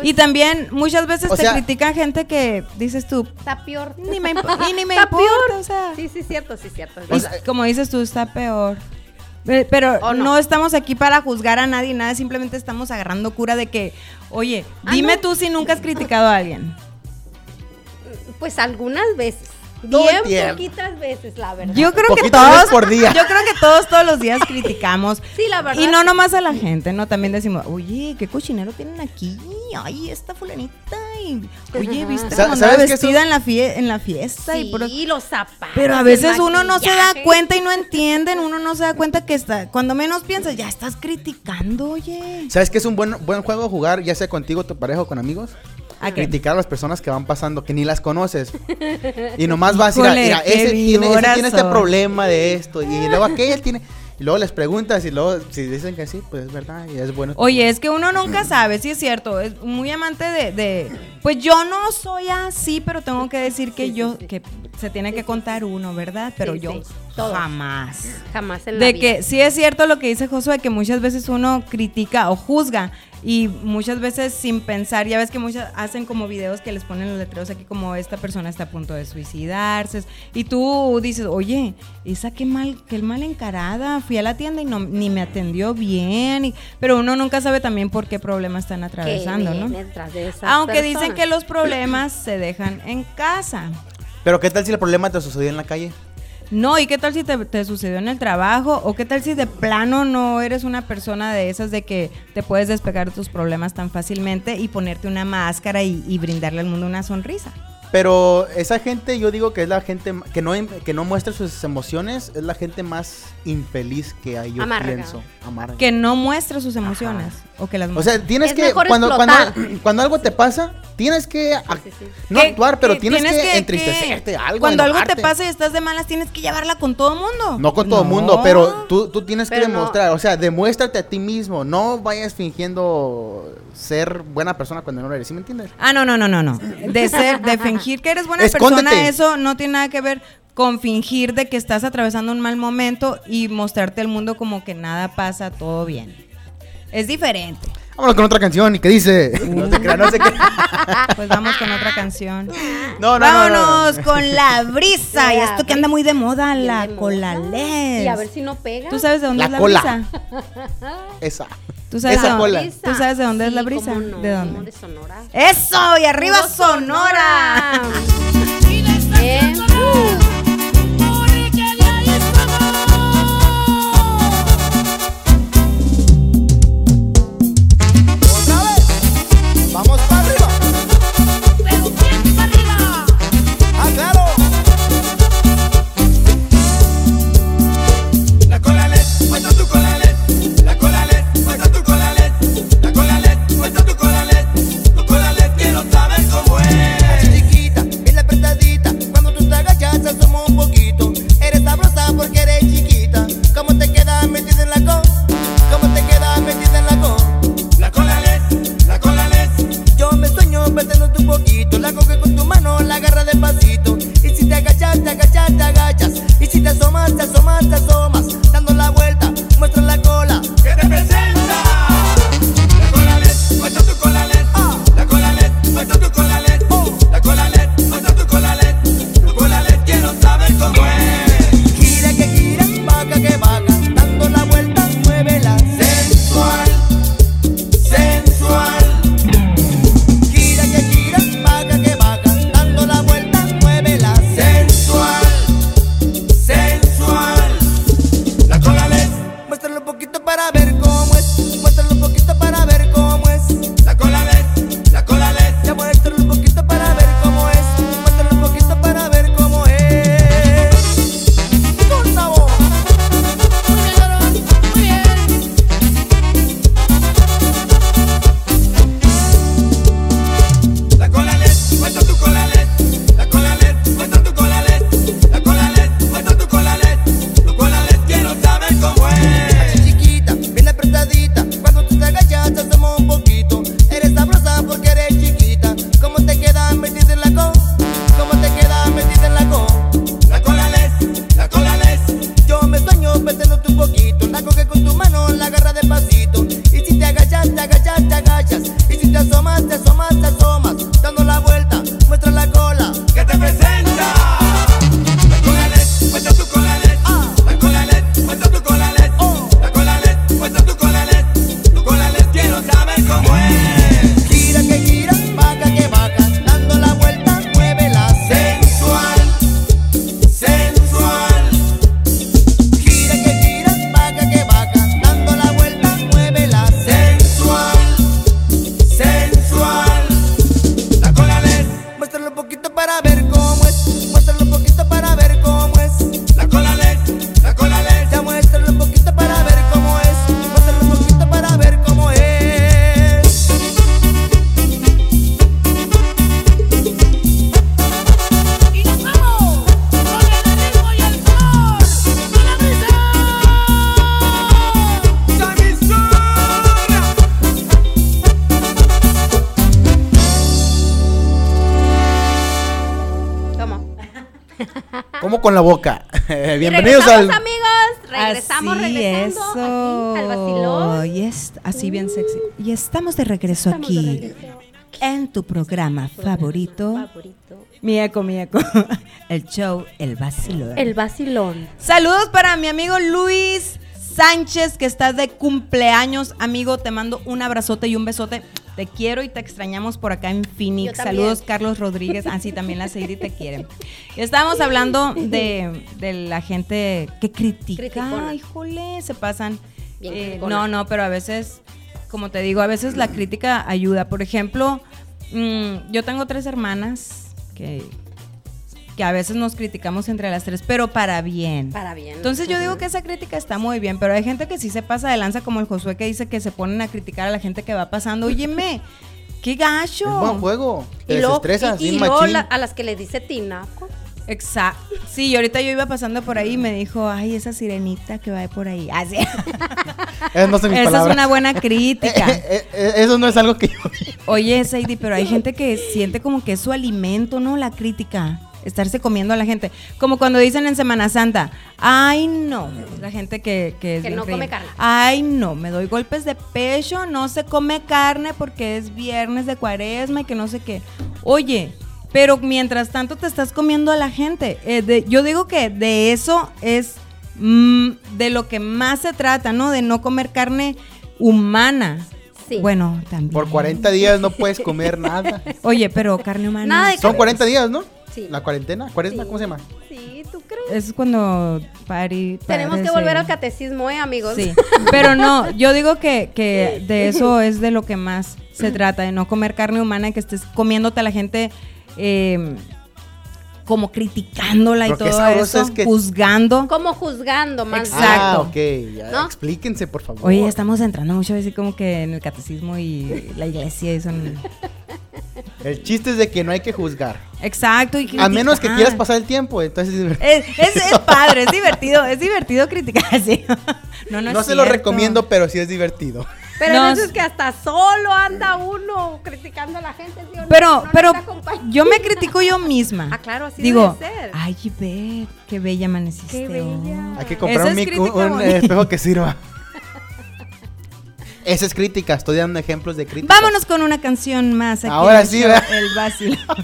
C: y también muchas veces
D: O
C: te
D: sea-
C: critican gente que dices tú,
E: Está peor.
C: ni me, imp- y ni me
E: Está
C: importa,
E: peor.
C: o sea.
E: Sí, sí, cierto, sí, cierto. Pues,
C: Y
D: eh,
C: como dices tú, está peor. Eh, Pero
E: ¿O
C: no.
E: no?
C: estamos aquí para juzgar a nadie, nada, simplemente estamos agarrando cura de que, oye,
E: Ah,
C: dime
E: no.
C: tú si nunca has criticado a alguien.
E: Pues algunas veces.
D: Todo el
E: Bien
D: tiempo.
E: poquitas veces, la verdad.
C: Yo creo que
D: Poquitas
C: todos
D: veces por día.
C: Yo creo que todos todos los días criticamos.
E: Sí, la verdad,
C: Y no
E: sí.
C: nomás a la gente, no también decimos, "Oye, qué cochinero tienen aquí. Ay, esta fulanita." Y, "Oye, ¿viste
D: Sa-
C: cómo andaba
D: ¿sabes que
C: vestida
D: eso-
C: en la fie- en la fiesta?"
E: Sí,
C: Y por-
E: los zapatos.
C: Pero a
E: el
C: veces uno no se da
E: maquillaje.
C: cuenta y no entienden, uno no se da cuenta que está, cuando menos piensas, ya estás criticando, oye.
D: ¿Sabes qué es un buen, buen juego jugar, ya sea contigo, tu pareja o con amigos?
C: ¿A qué?
D: Criticar a las personas que van pasando, que ni las conoces. Y nomás vas a decir,
C: Híjole,
D: mira,
C: qué
D: ese tiene, ese
C: víboras
D: tiene este
C: son".
D: problema de esto. Y luego aquel tiene. Y luego les preguntas y luego si dicen que sí, pues es verdad y es bueno.
C: Oye, es que uno nunca sabe, sí es cierto, es muy amante de, de- pues yo no soy así, pero tengo que decir que yo, que se tiene que contar uno, ¿verdad? Pero
E: Sí,
C: yo
E: sí, todos.
C: jamás.
E: Jamás en la
C: De
E: vida.
C: que sí es cierto lo que dice Josué, que muchas veces uno critica o juzga y muchas veces sin pensar, ya ves que muchas hacen como videos que les ponen los letreros aquí como esta persona está a punto de suicidarse y tú dices, oye, esa qué mal, qué mal encarada, fui a la tienda y no, ni me atendió bien, y- pero uno nunca sabe también por qué problemas están
E: Que
C: atravesando, ¿no?
E: viene tras de esas
C: Aunque dicen
E: personas.
C: que los problemas se dejan en casa.
D: Pero ¿qué tal si el problema te sucedió en la calle?
C: No, ¿y qué tal si te, te sucedió en el trabajo? ¿O qué tal si de plano no eres una persona de esas de que te puedes despegar de tus problemas tan fácilmente y ponerte una máscara y, y brindarle al mundo una sonrisa?
D: Pero esa gente, yo digo que es la gente m- que no, em- que no muestra sus emociones, es la gente más infeliz que hay, yo
E: Amarga.
D: pienso. Amarga.
C: Que no muestra sus emociones. O que las
D: O sea, tienes
E: Es
D: que
E: mejor
D: cuando, cuando,
E: explotar.
D: cuando algo te pasa, tienes que ac-
E: sí, sí.
D: no
C: Que-
D: actuar, pero
C: que
D: tienes, que, entristecerte, algo.
C: Cuando algo te
D: enojarte.
C: pasa y estás de malas, tienes que llevarla con todo mundo.
D: No con todo el mundo,
C: No.
D: pero tú, tú tienes que
E: Pero no.
D: demostrar, o sea, demuéstrate a ti mismo, no vayas fingiendo ser buena persona cuando no lo eres, ¿sí me entiendes?
C: Ah, no, no, no, no, no. De ser, de fingir que eres buena persona,
D: Escóndete.
C: eso no tiene nada que ver con fingir de que estás atravesando un mal momento y mostrarte al mundo como que nada pasa, todo bien. Es diferente.
D: Vámonos con otra canción y que dice. No se crea, no se crea.
C: Pues vamos con otra canción.
D: No, no, no,
C: Vámonos
D: no, no.
C: con la brisa.
E: La
C: y esto que anda muy de moda,
E: Bien
C: la
E: de moda.
C: colales.
E: Y a ver si no pega.
C: ¿Tú sabes de dónde
D: La
C: es la
D: cola.
C: brisa?
D: Esa.
C: ¿Tú sabes
D: Esa
C: de dónde?
D: cola.
C: ¿Tú sabes de dónde es la
E: Sí,
C: brisa?
E: cómo no,
C: ¿De dónde?
E: De Sonora.
C: ¡Eso! ¡Y arriba
E: Puro
C: Sonora!
E: Eh,
H: Vamos para arriba, aclaro. La cola LED, muestra tu cola LED. La cola LED, muestra tu cola LED. La cola LED, muestra tu cola LED. Tu cola LED, quiero saber cómo es. Chiquita, bien apretadita. Cuando tú te agachas, se asoma un poquito. Eres sabrosa porque eres chiquita. ¿Cómo te quedas metida en la con? ¿Cómo te quedas metida en la con? La cola LED, la cola LED. Yo me sueño pensando tu poquito. La coge con tu mano, la agarra despacito. Y si te agachas, te agachas, te agachas. Y si te asomas, te asomas, te asomas. Dando la vuelta, muestra la cola. ¿Qué te presenta? La cola LED, muestra tu cola LED. La cola LED, muestra tu cola LED. La cola LED, muestra tu cola LED. Tu cola LED, quiero saber cómo es. Gira que gira, vaca que vaca. Dando la vuelta, muévela. Sensual, sensual. Gira que gira, vaga que vaga, dando la vuelta, muévela. Sensual, sensual. La cola les. Muéstralo un poquito para ver cómo es. Muéstralo un poquito para ver cómo es. La cola les, la cola les. Ya muéstralo un poquito para ver cómo es. Muéstralo un poquito para ver cómo es. Con sabor. La cola LED, muestra tu cola LED. La cola LED, muestra tu cola LED. La cola LED, muestra tu cola LED. Tu cola LED, quiero saber cómo es. Así chiquita, bien apretadita. Cuando tú te agachas, te asoma un poquito. Eres sabrosa porque eres chiquita. ¿Cómo te quedas metida en la con? ¿Cómo te quedas metida en la con? La cola LED, la cola LED. Yo me sueño pensando tu poquito. La coge con tu mano, la agarra despacito. Y si te agachas, te agachas, te agachas. Y si te asomas, te asomas, te asomas. Dando la vuelta, muestra la cola. Que te presenta. La cola LED, muestra tu cola LED. La cola LED, muestra tu cola LED. La cola LED, muestra tu cola LED. Tu cola LED, quiero saber cómo es. Gira que gira, vaca que vaca. Dando la vuelta, muévela. Sensual, sensual. Gira que gira, vaca que vaca, dando la vuelta, muévela. Sensual, sensual. La cola LED, muéstralo un poquito para ver cómo es. Muéstralo un poquito para ver cómo es. La cola LED, la cola LED. Ya muéstralo un poquito para ver cómo es. Muéstralo un poquito para ver cómo es.
G: Y nos vamos con el ritmo y el flor a la brisa.
E: ¿Cómo?
D: Como con la boca. Bienvenidos
E: Bienvenidos
D: al.
E: amigos. Regresamos,
C: así
E: regresando
C: eso.
E: aquí al vacilón. Mm.
C: Y es- así bien sexy. Y estamos de regreso
E: Estamos de
C: aquí
E: regreso.
C: en tu programa favorito.
E: Favorito.
C: Mi eco, mi eco. El show, el vacilo.
E: El vacilón.
C: Saludos para mi amigo Luis Sánchez, que está de cumpleaños. Amigo, te mando un abrazote y un besote. Te quiero y te extrañamos por acá en Phoenix.
E: Yo también.
C: Saludos, Carlos Rodríguez. Así también la Seiri te quiere. Estábamos hablando de, de la gente que critica.
E: Criticona.
C: Híjole, se pasan.
E: Bien
C: Eh,
E: criticona.
C: no, no, pero a veces, como te digo, a veces la crítica ayuda. Por ejemplo, mm, yo tengo tres hermanas que, que a veces nos criticamos entre las tres, pero para bien.
E: Para bien.
C: Entonces yo digo que esa crítica está muy bien, pero hay gente que sí se pasa de lanza, como el Josué que dice que se ponen a criticar a la gente que va pasando. Óyeme, qué
D: Es ¿eh? buen
C: gacho.
D: juego. Te
E: Y luego,
D: desestresas,
E: y- y
D: bien
E: luego
D: machín.
E: la- a las que le dice tinaco.
C: Exacto. Sí, y ahorita yo iba pasando por ahí y me dijo, ay, esa sirenita que va por ahí. Así.
D: Eh, no sé mis
C: Esa es
D: palabras.
C: una buena crítica.
D: Eh, eh, eso no es algo que yo...
C: Oye, Sadie, pero hay gente que siente como que es su alimento, ¿no? La crítica. Estarse comiendo a la gente. Como cuando dicen en Semana Santa, ay no, la gente que, que es
E: Que
C: bien
E: no come
C: creída.
E: carne.
C: Ay no, me doy golpes de pecho, no se come carne porque es viernes de cuaresma y que no sé qué. Oye, pero mientras tanto te estás comiendo a la gente. Eh, de- yo digo que de eso es mm, de lo que más se trata, ¿no? De no comer carne humana.
E: Sí.
C: Bueno, también.
D: Por 40 días no puedes comer nada.
C: Oye, pero carne humana.
E: Nada de
D: Son
E: carne.
D: 40 días, ¿no?
E: Sí.
D: La cuarentena. ¿Cuarentena?
E: Sí.
D: ¿Cómo se llama?
E: Sí, ¿tú crees?
C: Es cuando pari,
E: Tenemos que
C: parece-
E: volver al catecismo, ¿eh, amigos?
C: Sí, pero no, yo digo que, que de eso es de lo que más se trata, de no comer carne humana y que estés comiéndote a la gente eh, como criticándola y
D: Lo que es
C: todo
D: sabroso
C: eso,
D: es que-
C: juzgando.
E: Como juzgando más bien.
C: Exacto.
D: Ah, ok. Ya,
E: ¿No?
D: Explíquense, por favor.
C: Oye, estamos entrando mucho así como que en el catecismo y la iglesia y son...
D: El chiste es de que no hay que juzgar.
C: Exacto. Y
D: A menos que
C: criticar.
D: quieras pasar el tiempo, entonces...
C: Es, es, es padre, es divertido, es divertido criticar, sí. No, no,
D: No,
C: es
D: se lo
C: cierto.
D: recomiendo, pero sí es divertido.
E: Pero
C: No,
E: en eso
C: sí.
E: es que hasta solo anda uno criticando a la gente, ¿sí o no? No
C: Pero,
E: nos
C: pero
E: acompaña.
C: yo me critico yo misma.
E: Ah, claro, así
C: Digo,
E: debe ser.
C: ay, Beth, qué bella amaneciste.
E: Qué bella.
D: Hay que
C: Esa
D: comprar un,
C: es
D: mic-
C: crítica
D: un, este,
C: bonita.
D: espejo que sirva. Esa es crítica, estoy dando ejemplos de
C: hoy".
D: crítica.
C: Vámonos con una canción más. aquí
D: Ahora
C: en el
D: sí,
C: show,
D: ¿verdad?
C: El vacilo.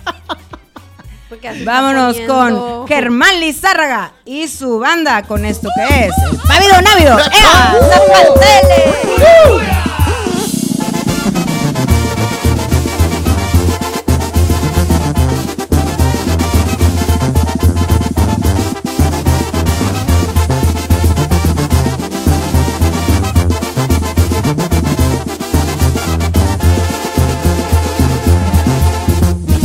E: Porque así está
C: Vámonos
E: poniendo-
C: con Germán Lizárraga y su banda con esto que es. ¡Pavido Návido! ¡Ea! ¡Zapatele!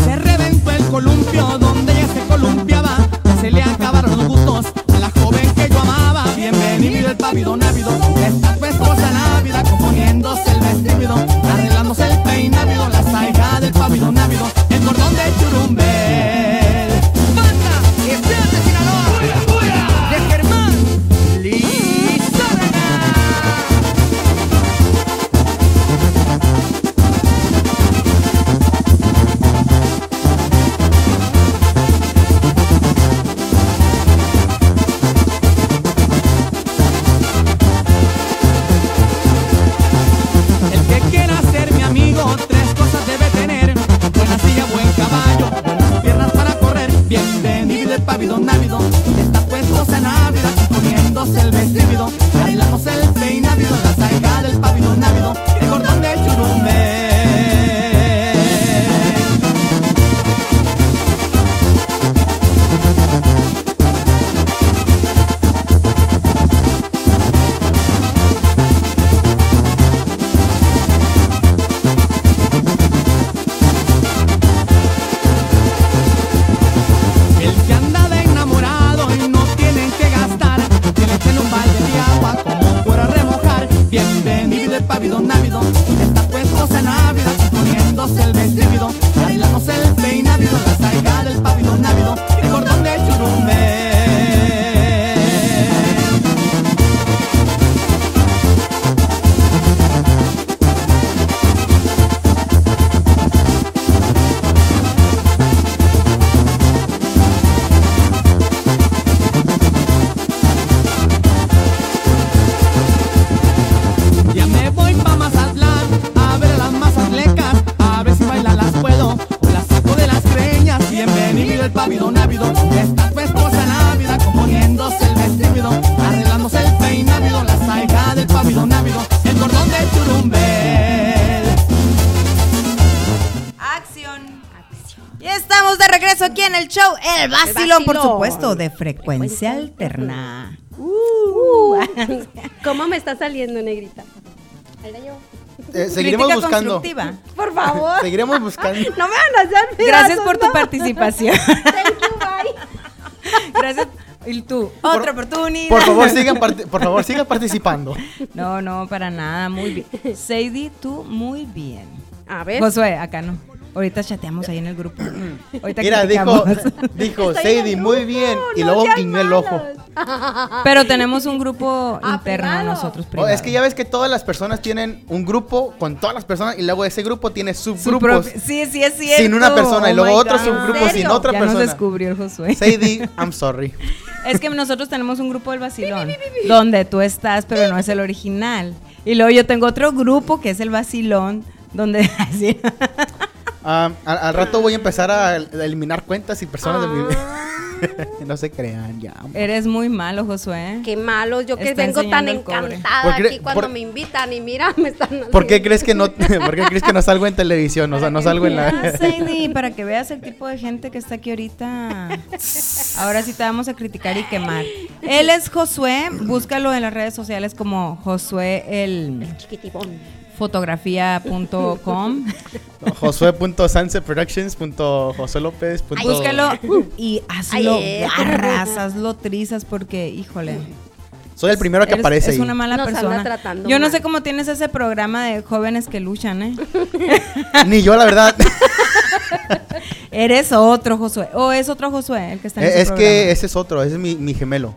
H: Se reventó el columpio donde ella se columpiaba. Se le acabaron los gustos a la joven que yo amaba. Bienvenido el pavido návido. Está tu esposa návida componiéndose el vestíbido. Arreglándose el peinávido, la salga del pavido návido. El cordón de churumbel. Banda, Estela de Sinaloa. De Germán. Lizárraga. El que quiera ser mi amigo, tres cosas debe tener: buena silla, buen caballo, buenas piernas para correr. Bienvenido el pavido návido, está puesto en ávila, poniéndose el vestido, bailándose el peinávido, la saga del pavido návido, el cordón del churumbel. El que anda de enamorado y no tienen que gastar, tiene que en un balde de agua como fuera a remojar. Bienvenido el pavido návido, está puesto en ávila, poniéndose el vestido, bailándose el peinávido, la salga del pavido návido, el cordón de churumbel. Ya me voy pa' Mazatlán a ver a las mazatlecas, a ver si baila las puedo o las saco de las creñas. Bienvenido el pavido návido, está tu esposa návida componiéndose el vestido, arreglándose el peinávido, la salga del pavido návido, el cordón del churumbel.
C: ¡Acción! Y estamos de regreso aquí en el show El Vacilón, por
E: Vacilón.
C: supuesto, de frecuencia
E: Frecuencia
C: alterna. Uh.
E: ¿Cómo me está saliendo, negrita? Ahí la llevo.
D: Eh, seguiremos
C: Crítica
D: buscando.
C: constructiva.
E: Por favor.
D: Seguiremos buscando.
E: No me van a hacer
C: Gracias
E: pedazos,
C: por tu
E: no.
C: participación.
E: Thank you, bye.
C: Gracias. Y tú,
D: Por-
C: otra oportunidad.
D: Por favor, sigan, parti- por favor, sigan participando.
C: No, no, para nada, muy bien. Sadie, tú muy bien.
E: A ver.
D: Pues,
C: Josué, acá no. Ahorita chateamos ahí en el grupo. Ahorita
D: Mira, dijo,
C: criticamos.
D: dijo
E: Estoy en el
D: Sadie, muy
E: grupo,
D: bien. Y
E: no
D: luego
E: sean
D: guiñó el ojo.
E: malos.
C: Pero tenemos un grupo
E: Ah,
C: interno de
E: privado.
C: nosotros.
D: Ah. Oh, es
C: privado.
D: que ya ves que todas las personas tienen un grupo con todas las personas y luego ese grupo tiene
C: Su
D: subgrupos.
C: propi- Sí, sí, es cierto.
D: Sin una persona y
C: Oh
D: luego
C: my
D: otro
C: God.
D: subgrupo sin
E: serio?
D: otra
C: ya nos
D: persona.
C: descubrió el Josué.
D: Sadie, I'm sorry.
C: Es que nosotros tenemos un grupo del vacilón donde tú estás, pero no es el original. Y luego yo tengo otro grupo que es el vacilón donde así-
D: Ah, al, al rato voy a empezar a, el- a eliminar cuentas y personas de
C: Ah.
D: mi No se crean, ya.
C: eres muy malo, Josué.
E: Qué malos, yo que
C: Está
E: vengo tan
C: enseñando el cobre.
E: encantada
D: ¿Por qué-
E: aquí cuando
D: por-
E: me invitan y mira, me están
D: ¿Por qué crees que no, ¿por qué crees que no salgo en televisión? O sea, no salgo en
C: Ya,
D: la.
C: Sadie, para que veas el tipo de gente que está aquí ahorita. Ahora sí te vamos a criticar y quemar. Él es Josué, búscalo en las redes sociales como Josué el
E: chiquitibón.
C: fotografía.com.
D: Josué.sanseproductions.josuelopez.
C: Búscalo y hazlo
E: Ay, eh.
C: garras, hazlo trizas porque, híjole.
D: Soy el primero que
C: eres-
D: aparece
C: Es
D: ahí.
C: una mala
E: Nos anda
C: persona.
E: tratando
C: Yo no
E: mal.
C: sé cómo tienes ese programa de jóvenes que luchan, ¿eh?
D: Ni yo, la verdad.
C: Eres otro Josué. O es otro Josué el que está en ese
D: Eh, es
C: programa.
D: que ese es otro, ese es mi, mi gemelo.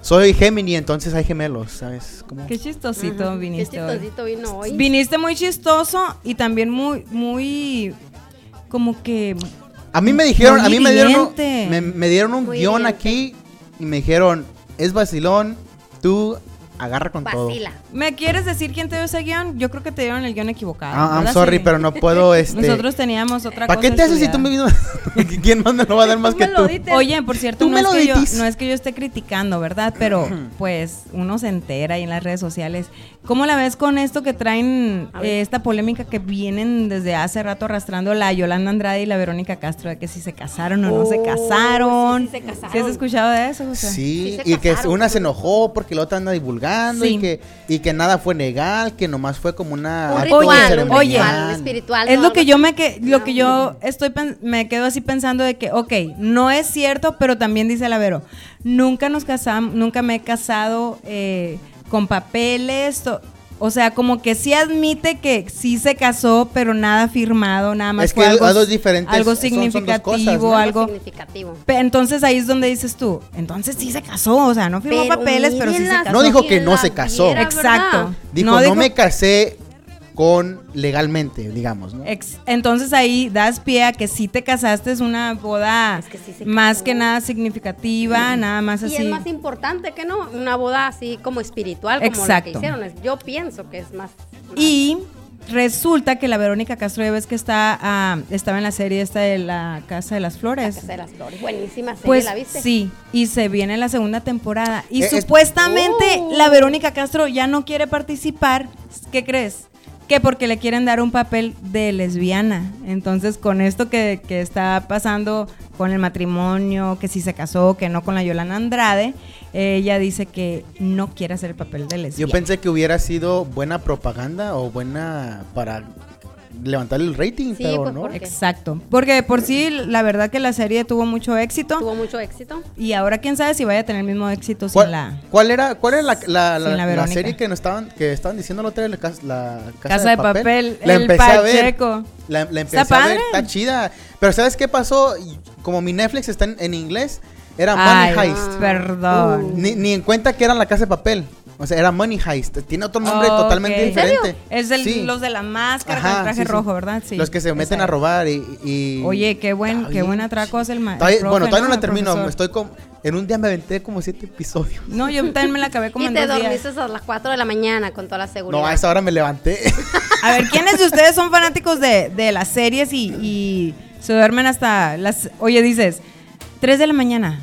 D: Soy Gemini, entonces hay gemelos, ¿sabes? Como-
C: Qué chistosito
E: Qué
C: viniste hoy.
E: chistosito vino hoy.
C: Viniste muy chistoso y también muy, muy, como que...
D: A mí me dijeron,
C: Muy
D: a mí me dieron, un-
C: hiriente.
D: me, me dieron un
E: Muy
D: guión
E: hiriente.
D: aquí y me dijeron, es vacilón, tú agarra con
E: Vacila.
D: todo.
C: ¿Me quieres decir quién te dio ese guión? Yo creo que te dieron el guión equivocado.
D: Ah, I'm
C: ¿verdad,
D: sorry,
C: Siri?
D: pero no puedo, este...
C: Nosotros teníamos otra
D: ¿Para
C: cosa
D: qué te haces si tú
C: estudiada.
D: mismo? ¿Quién más me lo va a dar más que
E: me lo
D: tú?
E: diste.
C: Oye, por cierto,
D: Tú
C: no
D: me
C: es,
D: lo
C: que yo,
D: ditis.
C: no es que yo esté criticando, ¿verdad? Pero pues uno se entera ahí en las redes sociales. ¿Cómo la ves con esto que traen
E: A
C: eh,
E: ver.
C: esta polémica que vienen desde hace rato arrastrando la Yolanda Andrade y la Verónica Castro de que si se casaron o no se
E: Oh,
C: casaron?
E: sí, sí se casaron.
C: ¿Sí has escuchado de eso, José?
D: Sí,
E: Sí se
D: y que
E: casaron,
D: una
E: ¿no?
D: se enojó porque la otra anda divulgando
C: Sí.
D: y que y que nada fue legal, que nomás fue como una
E: Un
D: arte
E: ritual,
C: Oye,
E: un ritual,
C: oye.
E: un espiritual.
C: Es
E: ¿no?
C: lo que
E: Algo
C: yo
E: así.
C: me que, lo que yo estoy pen- me quedo así pensando de que, ok, no es cierto, pero también dice la Vero, nunca nos casamos, nunca me he casado eh, con papeles, to- o sea, como que sí admite que sí se casó, pero nada firmado, nada más
D: Es
C: fue
D: que
C: algo,
D: hay dos diferentes-
C: algo
D: son- son dos cosas,
C: significativo,
D: ¿no?
C: algo.
E: significativo.
C: Pe- Entonces ahí es donde dices tú, entonces sí se casó, o sea, no firmó
E: Pero
C: papeles, pero sí se
E: mírenlas,
C: casó.
D: No dijo que
E: quien
D: no
E: la
D: se casó.
E: viera,
C: Exacto.
E: ¿verdad?
D: Dijo, no, me casé con legalmente, digamos, ¿no?
C: Ex- Entonces ahí das pie a que si te casaste es una boda
E: Es que sí se
C: más
E: casó.
C: que nada significativa, nada más
E: Y
C: así.
E: es más importante que no, una boda así como espiritual, como la que
C: Exacto.
E: hicieron. Es- Yo pienso que es más. más-
C: Y resulta que la Verónica Castro, ya ves que está, ah, estaba en la serie esta de la Casa de las Flores.
E: La Casa de las Flores. Buenísima serie,
C: Pues
E: ¿la viste?
C: sí, y se viene la segunda temporada. Y
D: Eh, es-
C: supuestamente
E: Oh.
C: la Verónica Castro ya no quiere participar. ¿Qué crees? Que porque le quieren dar un papel de lesbiana. Entonces, con esto que, que está pasando con el matrimonio, que si se casó, que no con la Yolanda Andrade, ella dice que no quiere hacer el papel de
D: Yo
C: lesbiana.
D: pensé que hubiera sido buena propaganda o buena para levantar el rating,
E: Sí,
D: pero
E: pues,
D: no.
E: porque-
C: Exacto. Porque de por sí, la verdad que la serie tuvo mucho éxito.
E: Tuvo mucho éxito.
C: Y ahora quién sabe si vaya a tener el mismo éxito sin
D: ¿Cuál,
C: la
D: cuál era, cuál era la, la-
C: Sin
D: la-
C: la
D: la
C: Verónica.
D: serie que nos estaban, que estaban diciendo la otra vez, la, cas- la casa,
C: Casa de Papel,
D: La
C: el
D: empecé a
C: Pacheco.
D: ver. La, la empecé a ver,
C: padre?
D: está chida. Pero ¿sabes qué pasó? Y Como mi Netflix está en, en inglés, era
C: Ay,
D: Money Heist.
C: Perdón.
D: Ni, ni en cuenta que era la casa de papel. O sea, era Money Heist. Tiene otro nombre
C: Ok.
D: totalmente
C: ¿En serio?
D: diferente.
C: Es el-
D: Sí.
C: los de la máscara
D: Ajá,
C: con el traje
D: sí, sí.
C: rojo, ¿verdad? Sí.
D: Los que se meten
C: Esa
D: a
C: es.
D: robar y. y-
C: Oye, qué buen-
D: Está
C: qué
D: bien
C: buen atraco hace el ma- el
D: Está bien-
C: profe,
D: bueno, todavía
C: ¿no?
D: no,
C: El
D: la termino.
C: profesor.
D: Estoy con, en un día me aventé como siete episodios.
C: No, yo también me la acabé como
E: Y
C: en
E: te
C: dos días.
E: dormiste a las 4 de la mañana con toda la seguridad.
D: No, a esa hora me levanté.
C: A ver, ¿quiénes de ustedes son fanáticos de, de las series y, y se duermen hasta las... Oye, dices, 3 de la mañana,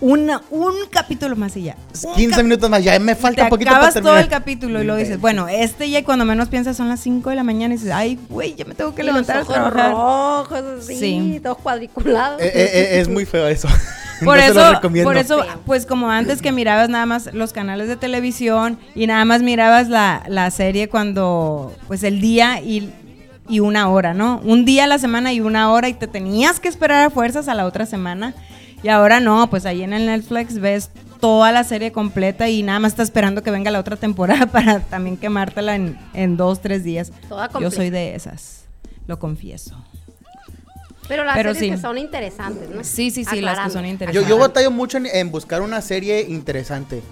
C: una, un capítulo más y ya. Un
D: 15
C: cap-
D: minutos más. Ya me
C: Te
D: falta poquito para
C: acabas
D: terminar.
C: todo el capítulo y lo dices,
D: Bueno.
C: bueno, este ya cuando menos piensas son las 5 de la mañana y dices, ay, güey, ya me tengo que
E: Y los
C: levantar a
E: ojos
C: trabajar.
E: rojos, así,
C: Sí.
E: todos cuadriculados.
D: Eh, es muy feo eso.
C: Por
D: No se lo
C: eso,
D: recomiendo.
C: por eso,
E: Feo.
C: pues como antes que mirabas nada más los canales de televisión y nada más mirabas la, la serie cuando, pues el día y, y una hora, ¿no? Un día a la semana y una hora y te tenías que esperar a fuerzas a la otra semana. Y ahora no, pues ahí en el Netflix ves toda la serie completa y nada más estás esperando que venga la otra temporada para también quemártela en, en dos, tres días.
E: Toda
C: Yo
E: completa.
C: soy de esas, lo confieso.
E: Pero las
C: Pero
E: series
C: sí.
E: que son interesantes, ¿no?
C: Sí, sí, sí, las que son
D: Yo,
C: interesantes.
D: yo batallo mucho en, en buscar una serie interesante.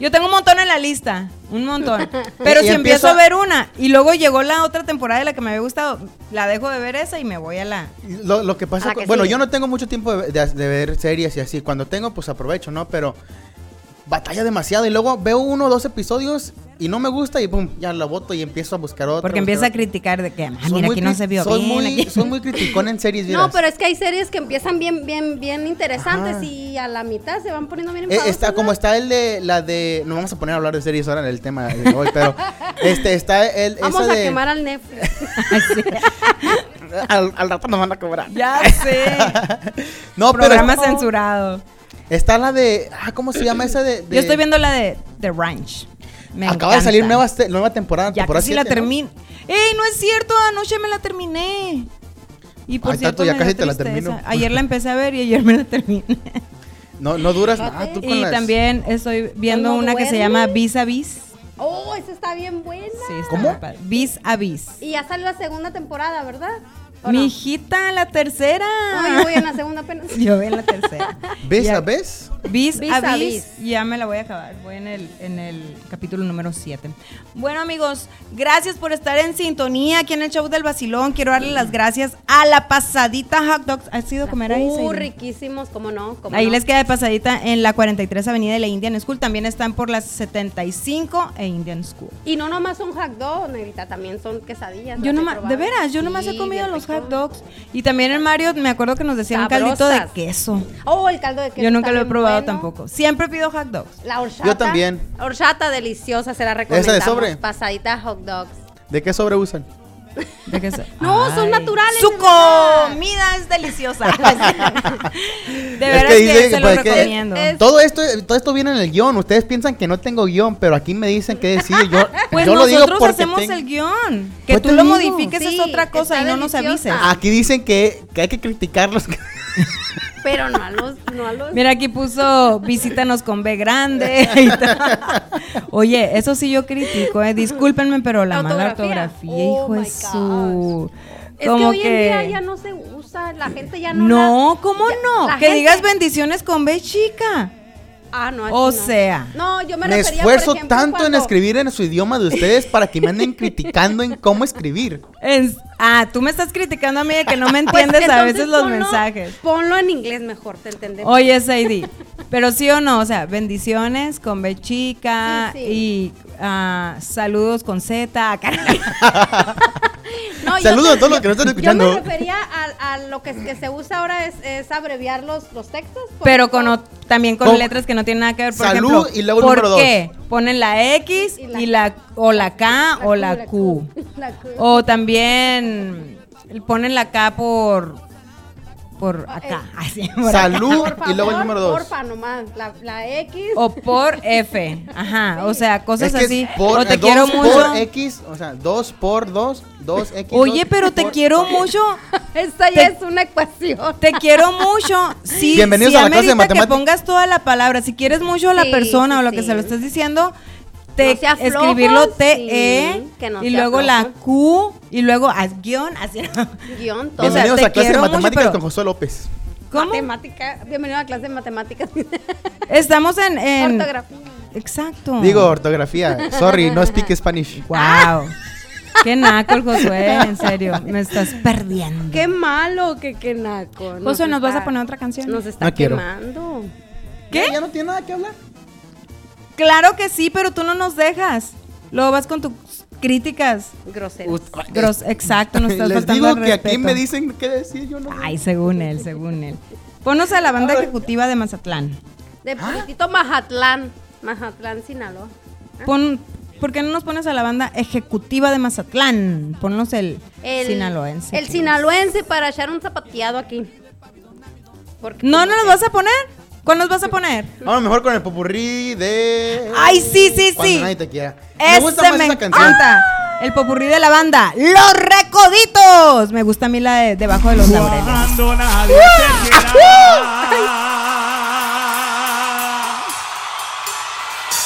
C: Yo tengo un montón en la lista, un montón. Pero
D: Y- y
C: si empiezo
D: empiezo-
C: a ver una y luego llegó la otra temporada de la que me había gustado, la dejo de ver esa y me voy a la...
D: Lo, lo que
E: A
D: pasa,
E: la
D: con-
E: que
D: bueno,
E: sigue.
D: yo no tengo mucho tiempo de, de- de ver series y así. Cuando tengo, pues aprovecho, ¿no? Pero batalla demasiado y luego veo uno o dos episodios y no me gusta y pum, ya la voto y empiezo a buscar otra.
C: Porque
D: buscar
C: empieza a
D: otra.
C: criticar de que, ah,
D: Soy
C: mira,
D: muy
C: aquí no
D: cri-
C: se vio
D: soy
C: bien.
D: Muy,
C: aquí-
D: Soy muy criticón en series,
E: No,
D: vieras.
E: pero es que hay series que empiezan bien, bien, bien interesantes
D: Ajá.
E: y a la mitad se van poniendo bien
D: Eh,
E: enfadosas.
D: está
E: ¿no?
D: como está el de la de no vamos a poner a hablar de series ahora en el tema de hoy pero este está el
E: Vamos
D: esa
E: a
D: de-
E: quemar al Netflix.
D: al, al rato nos van a cobrar
C: Ya sé.
D: no
C: Programa
D: pero
C: censurado.
D: está la de ah cómo se llama esa de, de-
C: Yo estoy viendo la de The Ranch. Me
D: acaba de salir
C: encanta.
D: nueva te- nueva temporada
C: Ya
D: temporada
C: casi la
D: siete, ¿no?
C: termino. ¡Ey, no es cierto! Anoche me la terminé. Y por
D: Ay,
C: cierto,
D: tanto, ya
C: me dio
D: casi te la
C: tristeza.
D: termino.
C: Ayer la empecé a ver y ayer me la terminé.
D: no no duras nada tú con
C: y
D: las-
C: también estoy viendo
E: ¿Cómo
C: una que se
E: duerme?
C: llama Vis a Vis.
E: Oh, esa está bien buena.
C: Sí, está
D: ¿Cómo?
C: muy padre. Vis a Vis.
E: Y ya salió la segunda temporada, ¿verdad? ¿O
C: Mi
E: no?
C: hijita, la tercera.
E: Ay, yo voy en la segunda apenas.
C: Yo voy en la tercera.
D: ves
C: Ya-
D: a ves
C: Vis
E: Vis
C: a
E: a
C: vis. Ya me la voy a acabar. Voy en el, en el capítulo número 7. Bueno, amigos, gracias por estar en sintonía aquí en el show del Basilón. Quiero darle las gracias a la pasadita hot dogs. ¿Has ido a comer ahí?
E: Uh,
C: Zaira?
E: riquísimos, cómo no. cómo
C: Ahí
E: no.
C: les queda de pasadita en la 43 Avenida de la Indian School. También están por las 75 e Indian School.
E: Y no nomás son hot dogs, negrita, también son quesadillas.
C: Yo
E: las he
C: nomás, de
E: probado.
C: veras, yo nomás
E: Sí,
C: he comido
E: bien
C: los
E: rico.
C: hot dogs. Y también en Mario me acuerdo que nos decían un caldito de
E: Sabrosas.
C: queso.
E: Oh, el caldo de queso.
C: Yo nunca
E: está
C: lo he
E: bien
C: probado
E: bueno.
C: tampoco. Siempre pido hot dogs.
E: La horchata.
D: Yo también.
E: Horchata deliciosa, se la recomendamos.
D: sobre?
E: Pasadita hot dogs.
D: de qué sobre usan
C: ¿De queso?
E: No,
C: Ay.
E: son naturales.
C: Su
E: de verdad.
C: comida es deliciosa. de veras que,
D: dice que,
C: se lo
D: pues, es que-
C: recomiendo.
E: Es-
D: todo esto todo esto viene en el guión ustedes piensan que no tengo guión pero aquí me dicen que decir yo
C: pues
D: yo lo digo
C: nosotros
D: porque
C: hacemos
D: tengo-
C: el guión. Que
D: Pues
C: tú
D: te
C: lo
D: digo.
C: modifiques es
E: Sí,
C: otra cosa y
E: está
C: no nos avises.
E: deliciosa.
D: aquí dicen que, que hay que criticarlos
E: Pero no a los. No a los
C: Mira, aquí puso visítanos con B grande. y tal. Oye, eso sí yo critico, eh. discúlpenme, pero la mala
E: Autografía.
C: ortografía,
E: Oh
C: hijo
E: my
C: de su.
E: es que hoy en día ya no se usa, la gente ya no.
C: No,
E: la-
C: ¿cómo
E: ya-
C: no?
E: la
C: Que
E: gente-
C: digas bendiciones con B chica.
E: Ah, no.
C: O
E: no.
C: sea.
E: No, yo me,
D: Me
E: refería,
D: esfuerzo
E: por ejemplo,
D: tanto en
E: cuando-
D: escribir en su idioma de ustedes para que me anden criticando en cómo escribir.
C: Es- ah, tú me estás criticando a mí de que no me
E: Pues
C: entiendes a
E: entonces
C: veces los
E: ponlo-
C: mensajes.
E: Ponlo en inglés mejor, te entendemos.
C: Oye, Sadie, pero sí o no, o sea, bendiciones con B chica
E: Sí,
C: y ah, saludos con Z. caray.
E: No, yo
D: Saludos
E: te-
D: a todos los que nos están
E: Yo me
D: escuchando.
E: refería a, a lo que, que se usa ahora es, es abreviar los, los textos. por
C: Pero con
E: ejemplo.
C: ot- también con,
D: Con-
C: letras que no tienen nada que ver. Por
D: Salud
C: ejemplo,
D: y luego el
C: ¿por
D: número dos.
C: qué? Ponen la X y
E: Y
C: la,
E: la-
C: o la K o la Q.
E: La Q.
C: O también ponen la K por por acá. así, por acá.
D: Salud
E: Por favor,
D: y luego el número dos.
E: Porfa nomás, la, la X.
C: O por F. Ajá. O sea, cosas
D: Es que
C: así.
D: es por-
C: o te
D: dos
C: quiero mucho.
D: Por X, o sea, 2 por 2, 2 X.
C: Oye,
D: dos
C: pero te
D: por-
C: quiero mucho.
E: Esta ya es una ecuación.
C: Te quiero mucho. Sí,
D: Bienvenidos
C: sí
D: a la clase de
C: amerita que
D: matemática.
C: pongas toda la palabra. Si quieres mucho a la
E: Sí,
C: persona
E: sí,
C: o lo que
E: sí.
C: se lo estés diciendo, te
E: No sea flojo,
C: escribirlo
E: sí,
C: TE
E: que no
C: y
E: sea
C: luego
E: flojo.
C: la Q y luego haz guión. Así,
E: Guión,
D: Bienvenidos
E: todo.
C: o sea, te
D: a clase de
C: quiero mucho,
D: matemáticas
C: pero-
D: con José López.
C: ¿Cómo?
E: Matemática. Bienvenido a la clase de matemáticas.
C: Estamos en. en-
E: Ortografía.
C: Exacto.
D: Digo ah. ortografía. Sorry, no speak Spanish.
C: Wow. Qué naco el Josué, en serio. Me estás perdiendo.
E: Qué malo, que qué naco.
C: Josué, ¿nos vas
E: está-
C: a poner otra canción?
E: Nos está
D: No quiero.
E: quemando.
C: ¿Qué?
D: ¿Ya no tiene nada que hablar?
C: Claro que sí, pero tú no nos dejas. Luego vas con tus críticas.
E: Grosero.
D: Ut-
C: Gros- exacto, nos estás
D: Les
C: faltando
D: digo
C: al
D: que aquí
C: respeto.
D: me dicen qué decir, yo no.
C: Ay, según él, según él. Ponos a la banda ejecutiva de Mazatlán.
E: De
D: ¿Ah?
E: poquitito Mazatlán. Mazatlán, Sinaloa.
C: Pon, ¿Por qué no nos pones a la banda ejecutiva de Mazatlán? Ponnos el,
E: El
C: sinaloense.
E: El sinaloense para echar un zapateado aquí. Porque
C: ¿No nos los vas a poner? ¿Cuándo nos vas a poner?
D: Vamos mejor con el popurrí de.
C: Ay, sí, sí,
D: Cuando
C: sí.
D: nadie te quiera.
C: Ese
D: me gusta más
C: me
D: esa canción.
C: encanta. El popurrí de la banda. ¡Los Recoditos! Me gusta a mí la de Debajo de los Laureles.
F: Cuando nadie te quiera.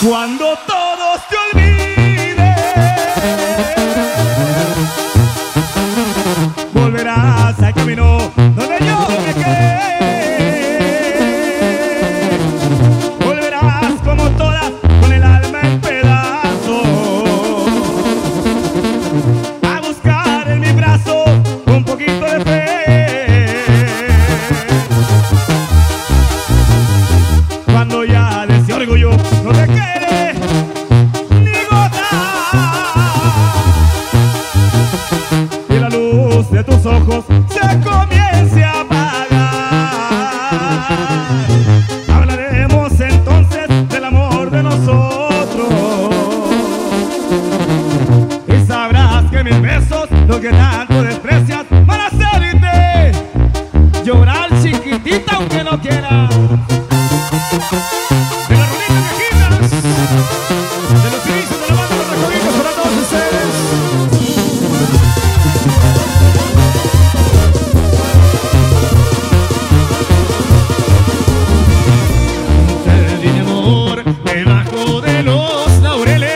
F: Cuando todos te olviden. Volverás al camino donde que volverás como todas con el alma en pedazos a buscar en mi brazo un poquito de fe cuando ya de ese orgullo no te quede ni gota y la luz de tus ojos se comience a apagar hablaremos entonces del amor de nosotros y sabrás que mis besos, los que tanto desprecias, van a hacerte llorar chiquitita aunque no quieras. De la rolita que giras, de los inicios de la banda de Recovicos para todos ustedes. Perdí mi amor debajo de los laureles.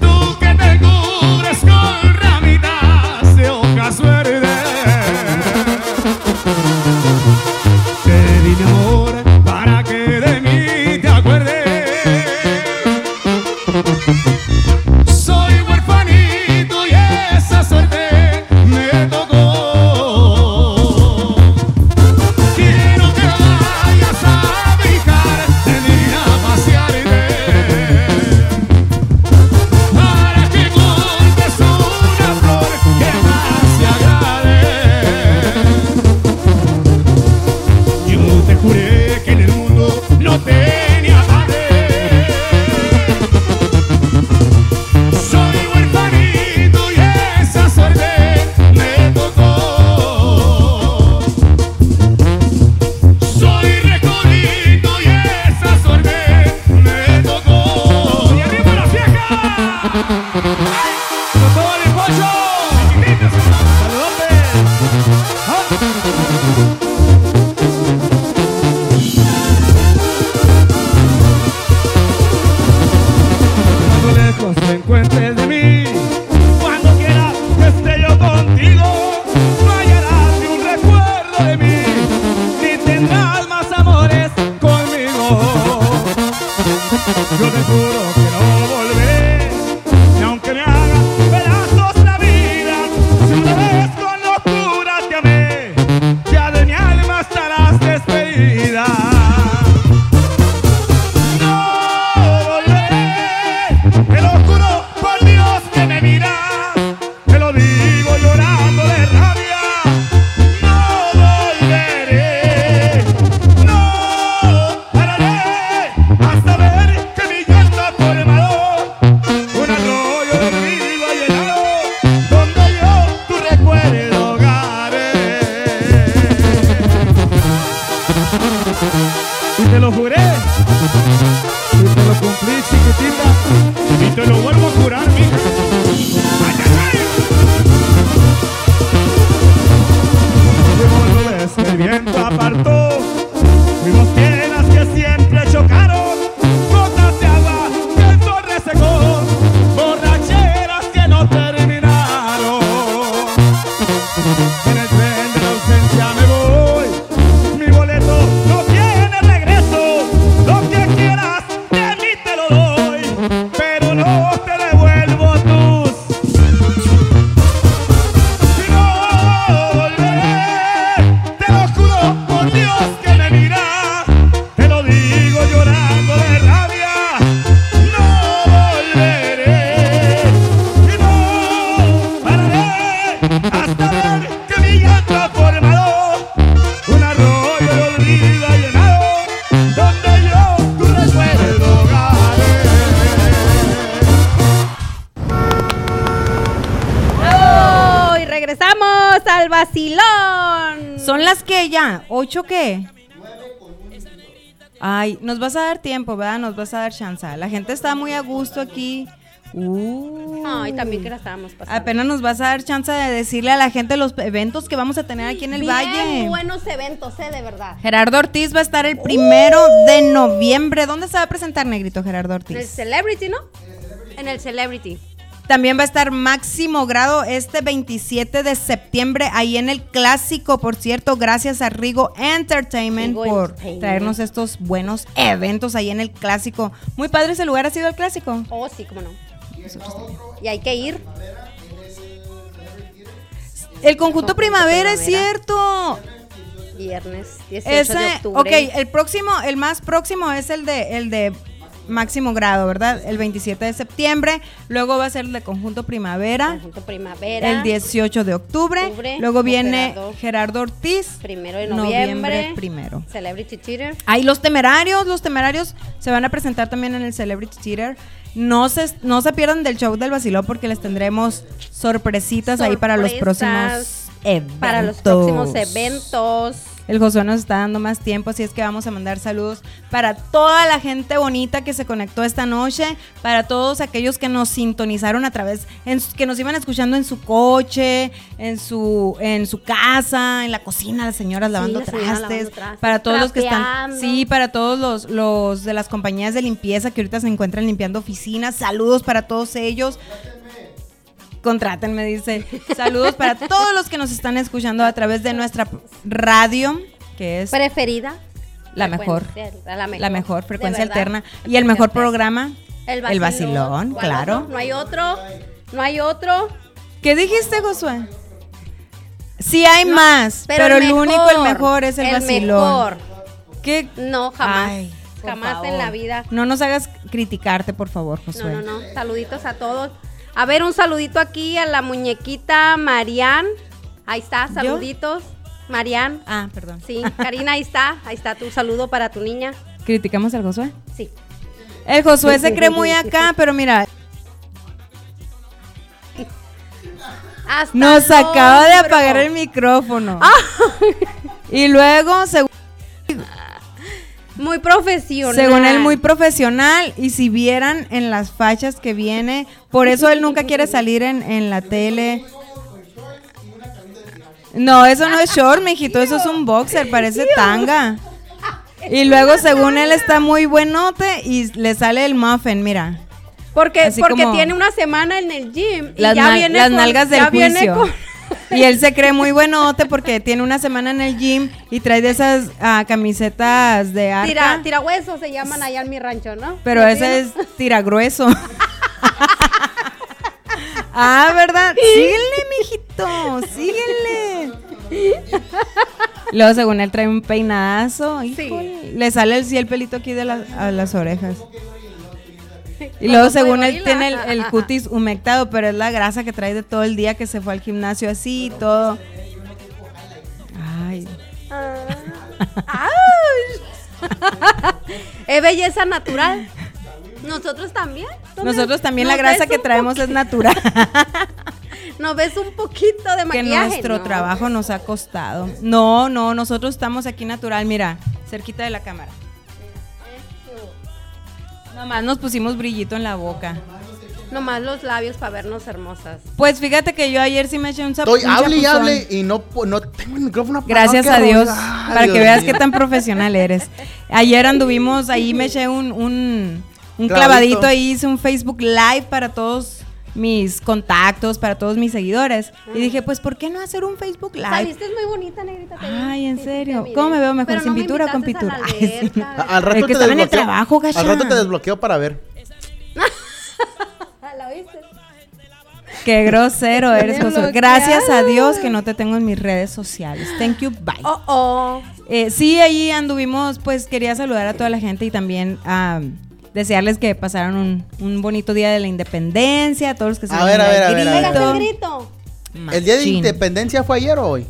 F: Tú que te cubres con ramitas de hojas verdes. Te di mi amor para que de mí te acuerdes. Soy huerfanito y esa suerte me tocó. Quiero que vayas a brincar, de mí a pasearte. Para que cortes una flor que más te agrade. Yo te juré que en el mundo no tenía padre. Soy huerfanito y esa suerte me tocó. Soy recordito y esa suerte me tocó. ¡Y arriba la vieja! ¡Con todo el pollo! ¡Saludotes! ¡Ah! Cuando lejos te encuentres de mí, cuando quieras que esté yo contigo, no hallarás ni un recuerdo de mí, ni tendrás más amores conmigo. Yo te juro que no volveré, y aunque me hagas pedazos la vida, si una vez con locura te amé, ya de mi alma estarás despedida. No volveré, te lo juro por Dios que me mira, te lo digo llorando de rabia. No volveré, no pararé hasta ver que mi llanto ha formado un arroyo de río llenado donde yo tu recuerdo hogaré. Y te lo juré. Y te lo cumplí, chiquitita. Y te lo vuelvo a curar, mija. ¡Ay, ay, ay! Llegó el que el viento apartó. Fuimos piedras que siempre chocaron. Gotas de agua que el sol resecó. Borracheras que no terminaron. En el tren de la ausencia me voy. Mi boleto no tiene regreso. Lo que quieras de mí te lo doy, pero no te devuelvo tus. Y no volveré. Te lo juro por Dios que me mira. Te lo digo llorando de rabia. No volveré. Y no pararé hasta ver que mi llanto ha formado un arroyo de olvido ha llenado donde yo tu recuerdo hogaré.
E: ¡Bravo! ¡Oh! Y regresamos al vacilón.
C: Son las que ya, ¿ocho qué? Ay, nos vas a dar tiempo, ¿verdad? Nos vas a dar chance. La gente está muy a gusto aquí. Uy.
E: Ay, también que la estábamos pasando.
C: Apenas nos vas a dar chance de decirle a la gente los eventos que vamos a tener aquí en el
E: Bien
C: Valle.
E: buenos eventos, eh, de verdad.
C: Gerardo Ortiz va a estar el primero de
E: Pues,
C: noviembre. ¿Dónde se va a presentar, Negrito Gerardo
E: En el
C: Ortiz?
E: Celebrity, ¿no? En el Celebrity.
C: También va a estar Máximo Grado este 27 de septiembre ahí en el clásico. Por cierto, gracias a Rigo Entertainment
E: Rigo
C: por
E: Entertainment.
C: traernos estos buenos eventos ahí en el clásico. Muy padre ese lugar, ha sido el clásico.
E: Oh, sí, cómo no. Y hay que ir.
C: El conjunto
E: Conjunto
C: primavera, es
E: Primavera.
C: cierto.
E: Viernes 18 de
C: Ese, ok,
E: octubre.
C: el próximo, el más próximo es el de, el de máximo grado, ¿verdad? El 27 de septiembre. Luego va a ser el de conjunto primavera.
E: Conjunto Primavera.
C: El 18 de octubre.
E: Octubre,
C: Luego viene
E: Gerardo.
C: Gerardo Ortiz.
E: Primero de noviembre.
C: primero.
E: Celebrity Cheater.
C: Ahí los temerarios, los temerarios se van a presentar también en el Celebrity Theater. No se, no se pierdan del show del vacilón porque les tendremos sorpresitas ahí para los próximos
E: Sorpresas
C: eventos.
E: Para los próximos eventos.
C: El Josué nos está dando más tiempo, así es que vamos a mandar saludos para toda la gente bonita que se conectó esta noche, para todos aquellos que nos sintonizaron a través, en su- que nos iban escuchando en su coche, en su, en su casa, en la cocina, las señoras lavando,
E: las
C: trastes,
E: señoras lavando trastes,
C: para todos los que están,
E: trapeando.
C: sí, para todos los, los de las compañías de limpieza que ahorita se encuentran limpiando oficinas, saludos para todos ellos. Contrátenme, dice. Saludos para todos los que nos están escuchando a través de nuestra radio, que es
E: Preferida.
C: la mejor,
E: frecuencia, la mejor,
C: la mejor
E: de
C: frecuencia
E: verdad.
C: alterna y el mejor programa,
E: El vacilón. ¿Cuál
C: claro.
E: otro? No hay otro. No hay otro.
C: ¿Qué dijiste, Josué? Sí hay más, pero, el,
E: mejor,
C: único, el mejor es el, vacilón.
E: mejor.
C: ¿Qué?
E: No, jamás.
C: Ay, por
E: jamás
C: favor.
E: en la vida.
C: No nos hagas criticarte, por favor,
E: No,
C: Josué.
E: no, no. Saluditos a todos. A ver, un saludito aquí a la muñequita Marian. Ahí está, saluditos. Marian.
C: Ah, perdón.
E: Sí, Karina, ahí está. Ahí está tu saludo para tu niña.
C: ¿Criticamos al Josué?
E: Sí.
C: El Josué se cree muy acá, pero mira,
E: Hasta
C: nos
E: luego.
C: acaba de apagar el micrófono.
E: Ah.
C: Y luego, según
E: Muy profesional.
C: Según él, muy profesional. Y si vieran en las fachas que viene, por eso él nunca quiere salir en, en la tele. No, eso no es short, mijito, eso es un boxer, parece tanga. Y luego, según él, está muy buenote y le sale el muffin, mira.
E: Porque,
C: así
E: porque
C: como-
E: tiene una semana en el gym. Y
C: Las,
E: ya
C: nal-
E: viene
C: las
E: con-
C: nalgas del
E: ya viene
C: juicio.
E: con-
C: Y él se cree muy buenote porque tiene una semana en el gym y trae de esas ah, camisetas de arca.
E: Tira, tirahuesos se llaman allá en mi rancho, ¿no?
C: Pero
E: ¿Sí,
C: ese es
E: no?
C: tira grueso. ah, ¿verdad? Síguele, mijito, síguele. Luego, según él, trae un peinadazo. híjole, Le sale el, sí, el pelito aquí de las- a las orejas. Y luego,
E: Como
C: según él,
E: gorila.
C: tiene el, el cutis humectado, pero es la grasa que trae de todo el día que se fue al gimnasio así y todo. Ay.
E: Es belleza natural. Nosotros también. ¿No ves-
C: Nosotros también la
E: nos
C: grasa
E: ves
C: que
E: un
C: traemos es natural.
E: poqu- Nos ves un poquito de
C: que
E: maquillaje.
C: nuestro
E: ¿no?
C: trabajo nos ha costado. No, no, nosotros estamos aquí natural, mira, cerquita de la cámara. Nomás nos pusimos brillito en la boca.
E: Nomás los labios para vernos hermosas.
C: Pues fíjate que yo ayer sí me eché un zap-
D: Estoy,
C: un
D: hable y
C: chapuzón.
D: hable y no, pu- no tengo el micrófono apagado,
C: Gracias
D: qué
C: a Dios,
D: horror. Ay,
C: para que
D: Dios
C: veas
D: mío.
C: qué tan profesional eres. Ayer anduvimos, ahí me eché un, un, un
D: Clavadito.
C: clavadito, ahí hice un Facebook Live para todos mis contactos, para todos mis seguidores.
E: Ah.
C: Y dije, pues, ¿por qué no hacer un Facebook Live?
E: Saliste muy bonita, negrita. te vi.
C: Ay, en
E: Sí, sí, te
C: serio.
E: miré.
C: ¿Cómo me veo mejor,
E: Pero
C: sin
E: me
C: pintura o con
E: invitaste a la
C: pintura? Ay, sí.
E: alberca.
D: A- Al rato,
C: Es que
D: te
C: estaba en el
D: desbloqueo-
C: trabajo, gacha.
D: al rato te desbloqueo para ver.
E: ¿La oíste?
C: Qué grosero eres, Josué.
E: Desbloqueado.
C: Gracias a Dios que no te tengo en mis redes sociales. Thank you, bye.
E: Oh, oh.
C: Eh, sí, ahí anduvimos, pues quería saludar a toda la gente y también a desearles que pasaran un, un bonito día de la independencia, a todos los que se
D: A
C: unieron
D: ver, a
C: al
D: ver, a ver, a ver.
E: Pegaste
C: grito.
E: el grito.
D: ¿El día de
C: Machín.
D: independencia fue ayer o hoy?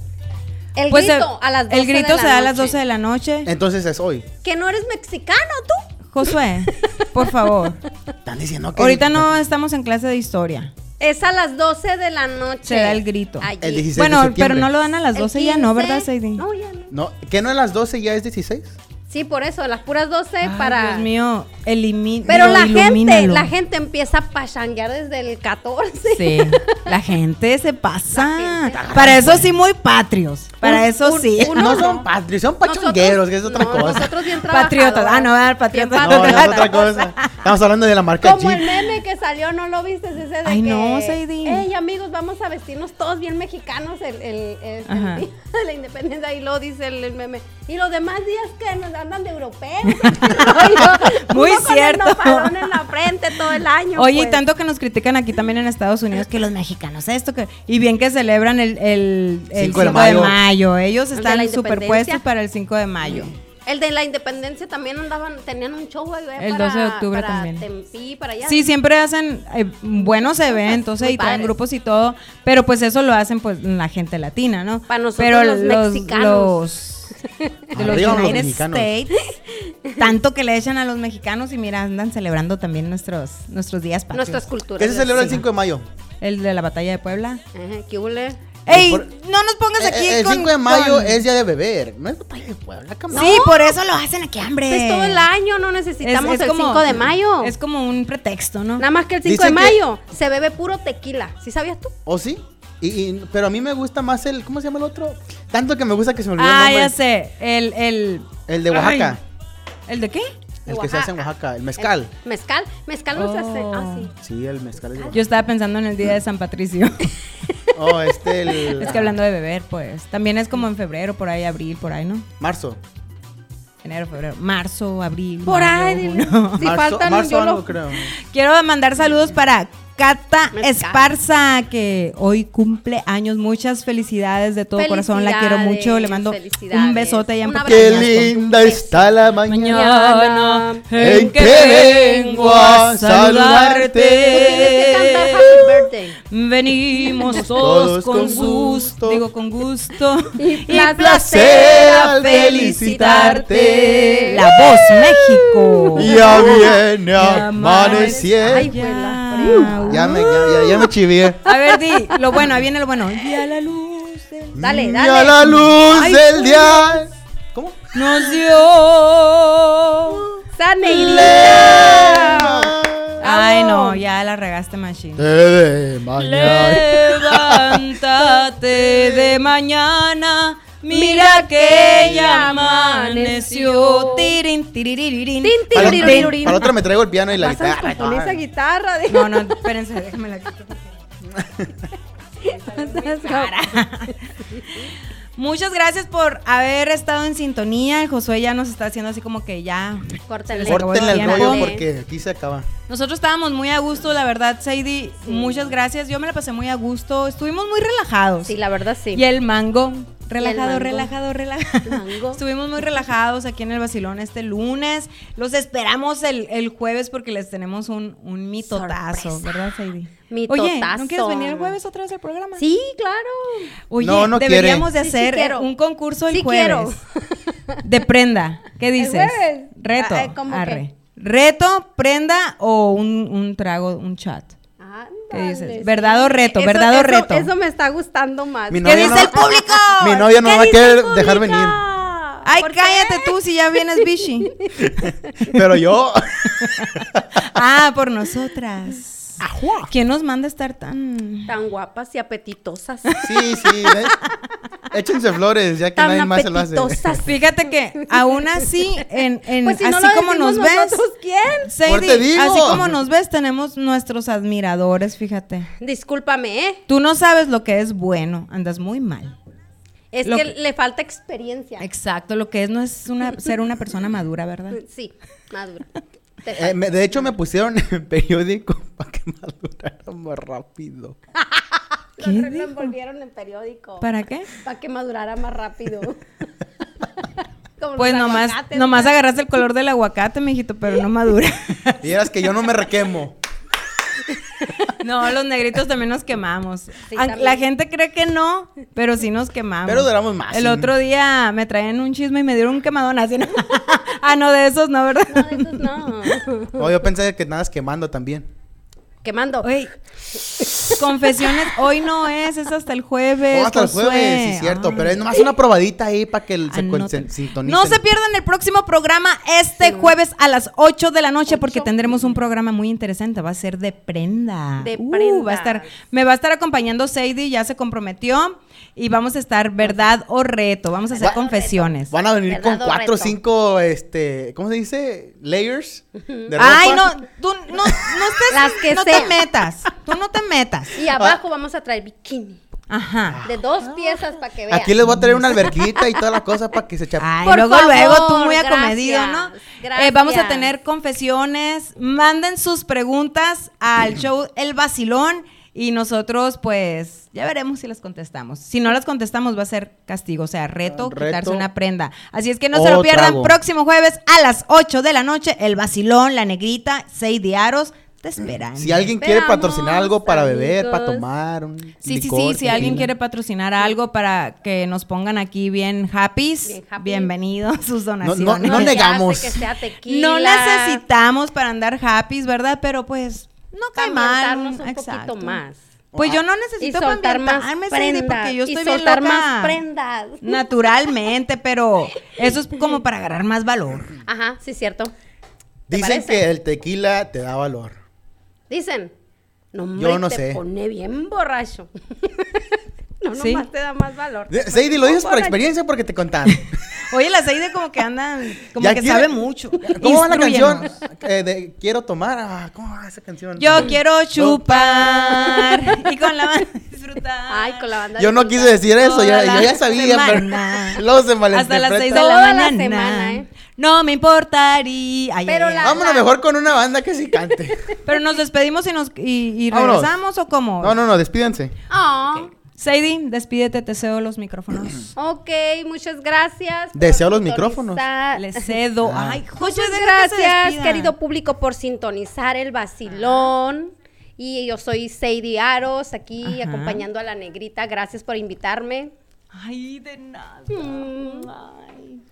E: El
C: Pues,
E: grito a las 12
C: El grito
E: de la
C: se da a las
E: noche.
C: 12 de la noche.
D: Entonces es hoy.
E: Que no eres mexicano tú.
C: Josué, por favor.
D: Están diciendo que.
C: Ahorita no estamos en clase de historia.
E: Es a las 12 de la noche.
C: Se da el grito.
E: Allí.
D: El 16 de
C: Bueno, pero
D: septiembre.
C: no lo dan a las
E: El
C: 12 ya, ¿no?
E: 15,
C: ¿Verdad, Sadie?
E: No, ya no.
D: No, ¿Que no a las 12 ya es 16?
E: Sí, por eso, a las puras 12
C: Ay,
E: para...
C: Dios mío, elimina.
E: Pero la gente, la gente empieza a pachanguear desde el 14.
C: Sí, la gente se pasa.
E: La gente.
C: Para eso sí, muy patrios. Para
E: Un-
C: eso
E: un-
C: sí.
E: uno
D: no
E: no.
D: son patrios, son
E: Nosotros-
D: pachongueros, que es otra
E: no,
D: cosa.
E: Nosotros bien
C: Patriotas.
E: trabajadores.
C: Ah, no, a ver, patriotas.
E: Bien
D: No, es
E: patriotas.
D: otra cosa. Estamos hablando de la marca
E: Como el
D: Jeep.
E: meme que que salió, ¿no lo viste? Ese de
C: Ay,
E: que,
C: no, Sadie.
E: Hey, amigos, vamos a vestirnos todos bien mexicanos el, el- el- el
C: Ajá.
E: día de la independencia. Y lo dice el, el meme. Y los demás días que nos andan de europeos.
C: Muy
E: Uno
C: cierto.
E: Con el nopalón en la frente todo el año.
C: Oye, y
E: pues.
C: tanto que nos critican aquí también en Estados Unidos que los mexicanos esto, que y bien que celebran el, el, el 5 de, mayo. Ellos
E: El de
C: están
E: la
C: superpuestos
E: independencia.
C: para el 5 de mayo.
E: El de la independencia también andaban, tenían un show allá
C: El
E: para-
C: 12 de octubre
E: para
C: también.
E: Tempi, para allá.
C: Sí, siempre hacen eh, buenos eventos eh,
E: muy
C: y traen
E: padres.
C: grupos y todo, pero pues eso lo hacen pues la gente latina, ¿no?
E: Para nosotros
C: pero
E: los
C: mexicanos. Los, de los
D: Arriba Ah, los
C: United
D: mexicanos.
C: States, tanto que le echan a los mexicanos y mira, andan celebrando también nuestros, nuestros días patrios.
E: Nuestras culturas.
D: ¿Qué se celebra el
E: Sí.
D: 5 de mayo?
C: El de la batalla de Puebla.
E: Ajá, ¿Qué huele?
C: Ey,
D: por-
C: no nos pongas
D: Eh,
C: aquí
D: eh, el
C: con-
D: 5 de mayo
C: con-
D: es día de beber. No es batalla de Puebla, cabrón.
C: Sí, por eso lo hacen aquí, hambre.
E: Pues todo el año no necesitamos el 5 de mayo.
C: Es como un pretexto, ¿no?
E: Nada más que el 5 de
D: Dicen que-
E: mayo se bebe puro tequila. ¿Sí sabías tú?
D: ¿O sí? Y, y- pero a mí me gusta más el. ¿Cómo se llama el otro? Tanto que me gusta que se me olvidó
C: ah,
D: el
C: ya
D: nombre.
C: sé. El, el,
D: El de Oaxaca.
C: ¿El de qué?
D: El que se hace en Oaxaca. El mezcal.
E: El mezcal. Mezcal no se hace. Ah, sí.
D: Sí, el mezcal es de Oaxaca.
C: Yo estaba pensando en el día de San Patricio.
D: Oh, este, el.
C: es que hablando de beber, pues. También es como en febrero, por ahí, abril, por ahí, ¿no?
D: Marzo.
C: Enero, febrero, marzo, abril.
E: Por
C: mayo,
E: ahí, dile.
C: junio.
E: Si
D: marzo,
E: faltan,
D: marzo
E: yo
D: algo,
E: lo-
D: creo.
C: Quiero mandar saludos para Cata
E: Mezcal.
C: Esparza, que hoy cumple años. Muchas felicidades de todo corazón. La quiero mucho. Le mando un
E: Felicidades.
C: besote allá en
E: Un
C: Puerto
D: Qué
E: abrazo.
C: Peñasco.
D: linda está la mañana.
C: Mañana en
D: en
C: que
D: que
C: vengo a
E: Tienes que
D: Eh.
E: cantar
C: saludarte.
E: Happy Birthday.
C: Venimos todos
D: Todos
C: con
D: con
C: gusto,
D: gusto.
C: digo con gusto y
E: placer
C: placer a
D: al
C: felicitarte.
D: felicitarte.
C: La voz México.
D: Ya viene
C: Ya
E: Ay,
D: amaneciendo.
E: güey, la
C: Ya, Uh.
D: Ya me, ya, ya- ya me chivié.
C: A ver, di lo bueno, ahí viene lo bueno. Y a la luz del-
E: Dale,
D: Y Mm, a
E: dale.
D: la luz
C: Ay,
D: del
C: pues.
D: día. ¿Cómo?
C: nos dio.
E: San
C: Ay, no, ya la regaste, Machine.
D: Te de mañana.
C: Levántate de mañana, mira que ya amaneció. Tirin, tiririririn.
E: Tin, tin,
D: Para,
E: tin,
D: otro-
E: tin.
D: para otro me traigo el piano y la
E: Vas a
D: guitarra.
E: descomponer esa guitarra. dijo.
C: No, no, espérense, déjame la quito. Muchas gracias por haber estado en sintonía. Josué ya nos está haciendo así como que ya.
E: Córtale.
C: Se les acabó
D: Córtenle el
C: tiempo.
D: rollo porque aquí se acaba.
C: Nosotros estábamos muy a gusto, la verdad, Sadie. Muchas gracias. Yo me la pasé muy a gusto. Estuvimos muy relajados.
E: Sí, la verdad sí.
C: Y el mango. Relajado,
E: mango.
C: relajado, relajado.
E: Mango.
C: Estuvimos muy relajados aquí en el Basilón este lunes. Los esperamos el, el jueves porque les tenemos un, un mitotazo,
E: Sorpresa.
C: ¿verdad, Sadie?
E: Mitotazo.
C: Oye, ¿no quieres venir el jueves otra vez al programa?
E: Sí, claro.
C: Oye,
D: No, no quiere.
C: deberíamos de
E: Sí, sí
C: hacer
E: quiero.
C: un concurso el
E: Sí
C: jueves.
E: quiero.
C: De prenda. ¿Qué dices?
E: jueves?
C: Reto.
E: Ah, eh, ¿cómo qué?
C: arre. Reto, prenda o un, un trago, un chat. ¿Qué dices?
E: Ándale,
C: ¿Verdad o reto?
E: Eso-
C: ¿Verdad o
E: eso-
C: reto?
E: Eso me está gustando más.
D: Mi
C: ¿Qué
D: novia
C: dice
D: no-
C: el público?
D: Mi novia no
E: ¿Qué
D: va a
E: dice
D: querer
E: el
D: dejar
E: público?
D: venir.
C: Ay,
E: ¿Por qué?
C: cállate tú si ya vienes bichi.
D: Pero yo.
C: Ah, por nosotras. ¿Quién nos manda a estar tan...?
E: Tan guapas y apetitosas.
D: Sí, sí. ¿eh? Échense flores, ya que nadie
E: Tan
D: más se lo hace.
E: apetitosas.
C: Fíjate que aún así, en, en-
E: Pues si no
C: así
E: lo
C: como
E: decimos
C: nos ves,
E: nosotros, ¿quién?
D: Por
C: Sadie,
D: te digo.
C: así como nos ves, tenemos nuestros admiradores, fíjate.
E: Discúlpame, ¿eh?
C: Tú no sabes lo que es bueno, andas muy mal.
E: Es
C: Lo
E: que
C: que-
E: le falta experiencia.
C: Exacto, lo que es no es una, ser una persona madura, ¿verdad?
E: Sí, madura. Te
D: Eh,
E: falta.
D: me- de hecho, me pusieron en periódico para que madurara más rápido.
E: Lo re- lo envolvieron en periódico.
C: ¿Para qué?
E: Para que madurara más rápido. Como los
C: Pues nomás,
E: aguacates.
C: nomás agarraste el color del aguacate, mijito, pero no madura.
D: Y eras que yo no me requemo.
C: No, los negritos también nos quemamos.
E: Sí,
C: Aunque
E: también.
C: La gente cree que no, pero sí nos quemamos.
D: Pero duramos más,
C: El
D: sí.
C: otro día me traían un chisme y me dieron un quemadón así. ¿no? ah, no, de esos no, ¿verdad?
E: No, de esos no.
D: Oh, yo pensé que nada es quemando también.
E: Quemando.
C: Oye, confesiones, hoy no es, es hasta el jueves.
D: Oh, hasta el
C: Josué. Ah.
D: jueves, sí, cierto.
C: Ay.
D: Pero es nomás una probadita ahí para que el- se con-
C: Anoten.
D: se sintonicen.
C: Ah, No se pierdan el próximo programa este jueves a las 8 de la noche porque tendremos un programa muy interesante. Va a ser de prenda.
E: De
C: Uh,
E: prenda.
C: Va a estar, me va a estar acompañando Sadie, ya se comprometió. y vamos a estar verdad o reto. Vamos a hacer
D: Va-
C: confesiones.
D: Van a venir
E: ¿Verdad
D: con
E: o
D: cuatro o
E: reto?
D: cinco, este, ¿cómo se dice? Layers de ropa.
C: Ay, no, tú no, no, estés-
E: Las que
C: no te
E: sean.
C: metas. Tú no te metas.
E: Y
D: Ah.
E: abajo vamos a traer bikini.
C: Ajá.
E: De dos piezas para que vean.
D: Aquí les voy a traer una alberquita y toda la cosa para que se chapen.
C: Ay,
E: Por
C: luego,
E: favor,
C: luego, tú muy acomedido, ¿no?
E: gracias,
C: Eh, vamos a
E: gracias.
C: tener confesiones. Manden sus preguntas al show El Vacilón y nosotros, pues, ya veremos si las contestamos. Si no las contestamos, va a ser castigo, o sea, reto,
D: Reto.
C: quitarse una prenda. Así es que no se
D: O
C: lo pierdan.
D: trago.
C: Próximo jueves a las 8 de la noche, El Vacilón, La Negrita, 6 diaros. Te esperan.
D: Si alguien quiere
E: Esperamos,
D: patrocinar algo para beber, para
E: amigos.
D: tomar, un
C: Sí, sí, sí.
D: licor,
C: Si alguien
D: tequila.
C: quiere patrocinar algo para que nos pongan aquí bien happy,
E: Bien happy.
C: bienvenidos sus donaciones.
D: no
E: se hace
D: negamos.
E: Que sea tequila.
C: No necesitamos para andar happy, ¿verdad? Pero pues no cae mal.
E: Ambientarnos un poquito
C: exacto.
E: más. Ah,
C: Pues yo no
E: Y
C: necesito
E: soltar más
C: ambientarme, Cindy,
E: prendas.
C: porque yo estoy
E: y
C: bien
E: soltar
C: loca. Mm.
E: más prendas.
C: Naturalmente, pero eso es como para agarrar más valor.
E: Ajá, sí, cierto. ¿Te
D: Dicen
E: parece?
D: que el tequila te da valor.
E: Dicen. No, hombre,
D: Yo no
E: te
D: sé.
E: pone bien borracho. no,
C: Sí.
E: nomás te da más valor.
D: De- Sadie, lo dices por experiencia porque te contaron.
C: Oye, la Seide como que anda, como
D: Ya
C: que
D: quiere-
C: sabe mucho.
D: ¿Cómo va la canción?
C: Instrúyenos.
D: Eh, de quiero tomar. Ah, ¿Cómo va esa canción?
C: Yo quiero chupar y con la banda disfrutar.
E: Ay, con la banda.
D: Yo no
E: disfruta.
D: quise decir eso,
C: Toda
D: ya-
C: la
D: yo ya sabía,
C: semana.
D: pero luego se
C: Hasta las 6 de la
D: malinterpreta.
E: Toda la
C: mañana.
E: semana, ¿eh?
C: No me importaría. Ay,
E: Pero
C: ay,
E: la-
C: ay.
D: Vámonos mejor con una banda que sí cante.
C: Pero nos despedimos y nos y, y
D: Vámonos.
C: regresamos o cómo?
D: No, no, no, despídense.
E: Oh,
C: Sadie, despídete, te cedo los micrófonos.
E: ok, muchas gracias. por
D: Deseo los micrófonos.
E: sintonizar.
C: Le cedo.
D: Ah.
C: Ay, José,
E: Muchas
C: deja que se
E: gracias,
C: despida.
E: querido público, por sintonizar el vacilón. Y yo soy Sadie Aros, aquí
C: Ajá.
E: acompañando a la negrita. Gracias por invitarme.
C: Ay, de nada.
E: Mm.
C: Ay.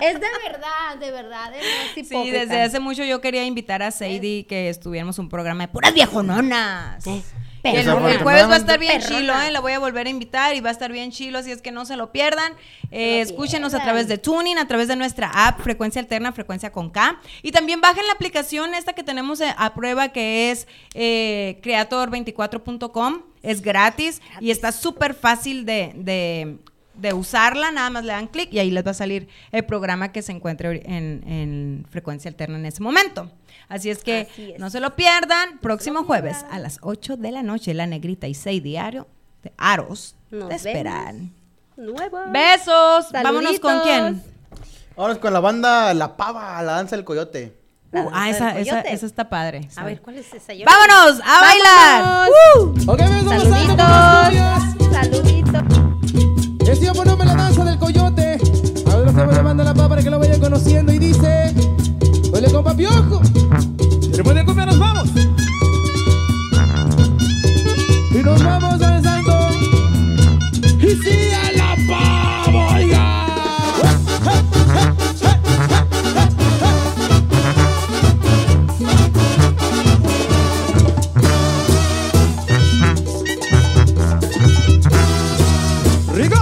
E: Es de verdad, de verdad. eh, no es
C: Sí,
E: hipócrita. ¿Eh?
C: desde hace mucho yo quería invitar a Sadie que estuviéramos un programa de puras viejononas. Y el,
E: Perrona.
C: el jueves va a estar bien
E: Perrona.
C: chilo, ¿eh? La voy a volver a invitar y va a estar bien chilo, así es que no se lo pierdan. Eh, escúchenos a
E: pierdan.
C: través de Tuning, a través de nuestra app Frecuencia Alterna, Frecuencia con K. Y también bajen la aplicación esta que tenemos eh, a prueba que es eh, creator24.com. Es gratis, y está súper fácil de... de- de usarla, nada más le dan clic y ahí les va a salir el programa que se encuentre ori- en, en frecuencia alterna en ese momento. Así es que
E: Así es.
C: no se lo pierdan. Próximo jueves a las 8 de la noche, La Negrita y 6 Diario de Aros.
E: Nos
C: te esperan.
E: Nuevo.
C: Besos. Vámonos con
E: Saluditos.
C: quién.
D: Vámonos con la banda La Pava, la danza del coyote.
E: La
C: Uh,
E: danza
C: ah,
E: del
C: esa, esa,
E: coyote.
C: esa está padre.
E: A ver, ¿cuál es esa? Yo-
C: ¡Vámonos a bailar! ¡Uh!
D: Ok, amigos, vamos a
E: Saluditos. Saluditos.
D: Es tiempo nombre la danza del coyote. A ver, se manda la pava para que lo vayan conociendo y dice. Oye, compa Piojo.
F: Después de cumbia nos vamos.
D: Y nos vamos danzando.
F: Y si a la pavo, oiga. Rico.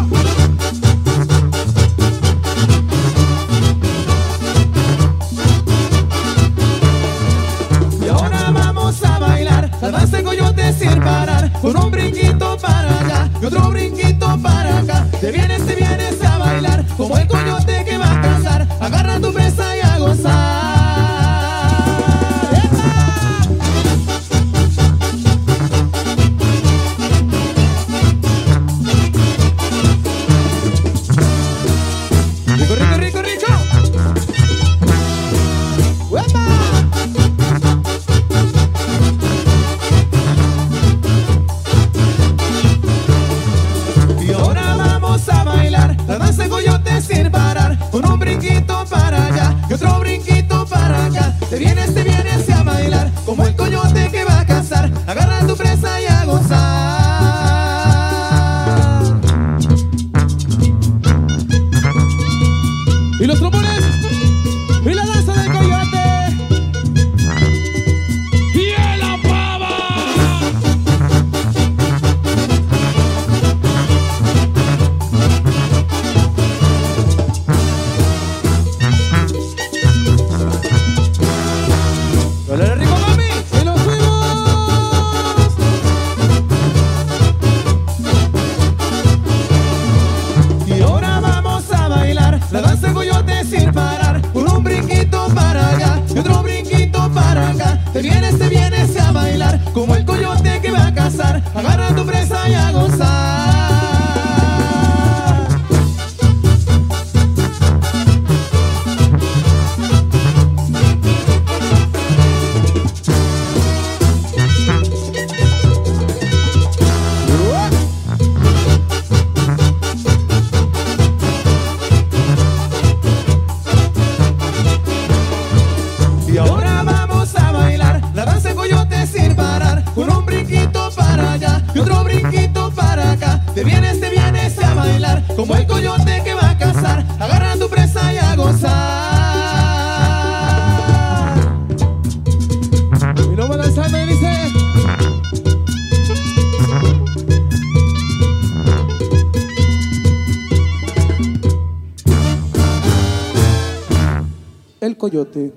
I: coyote.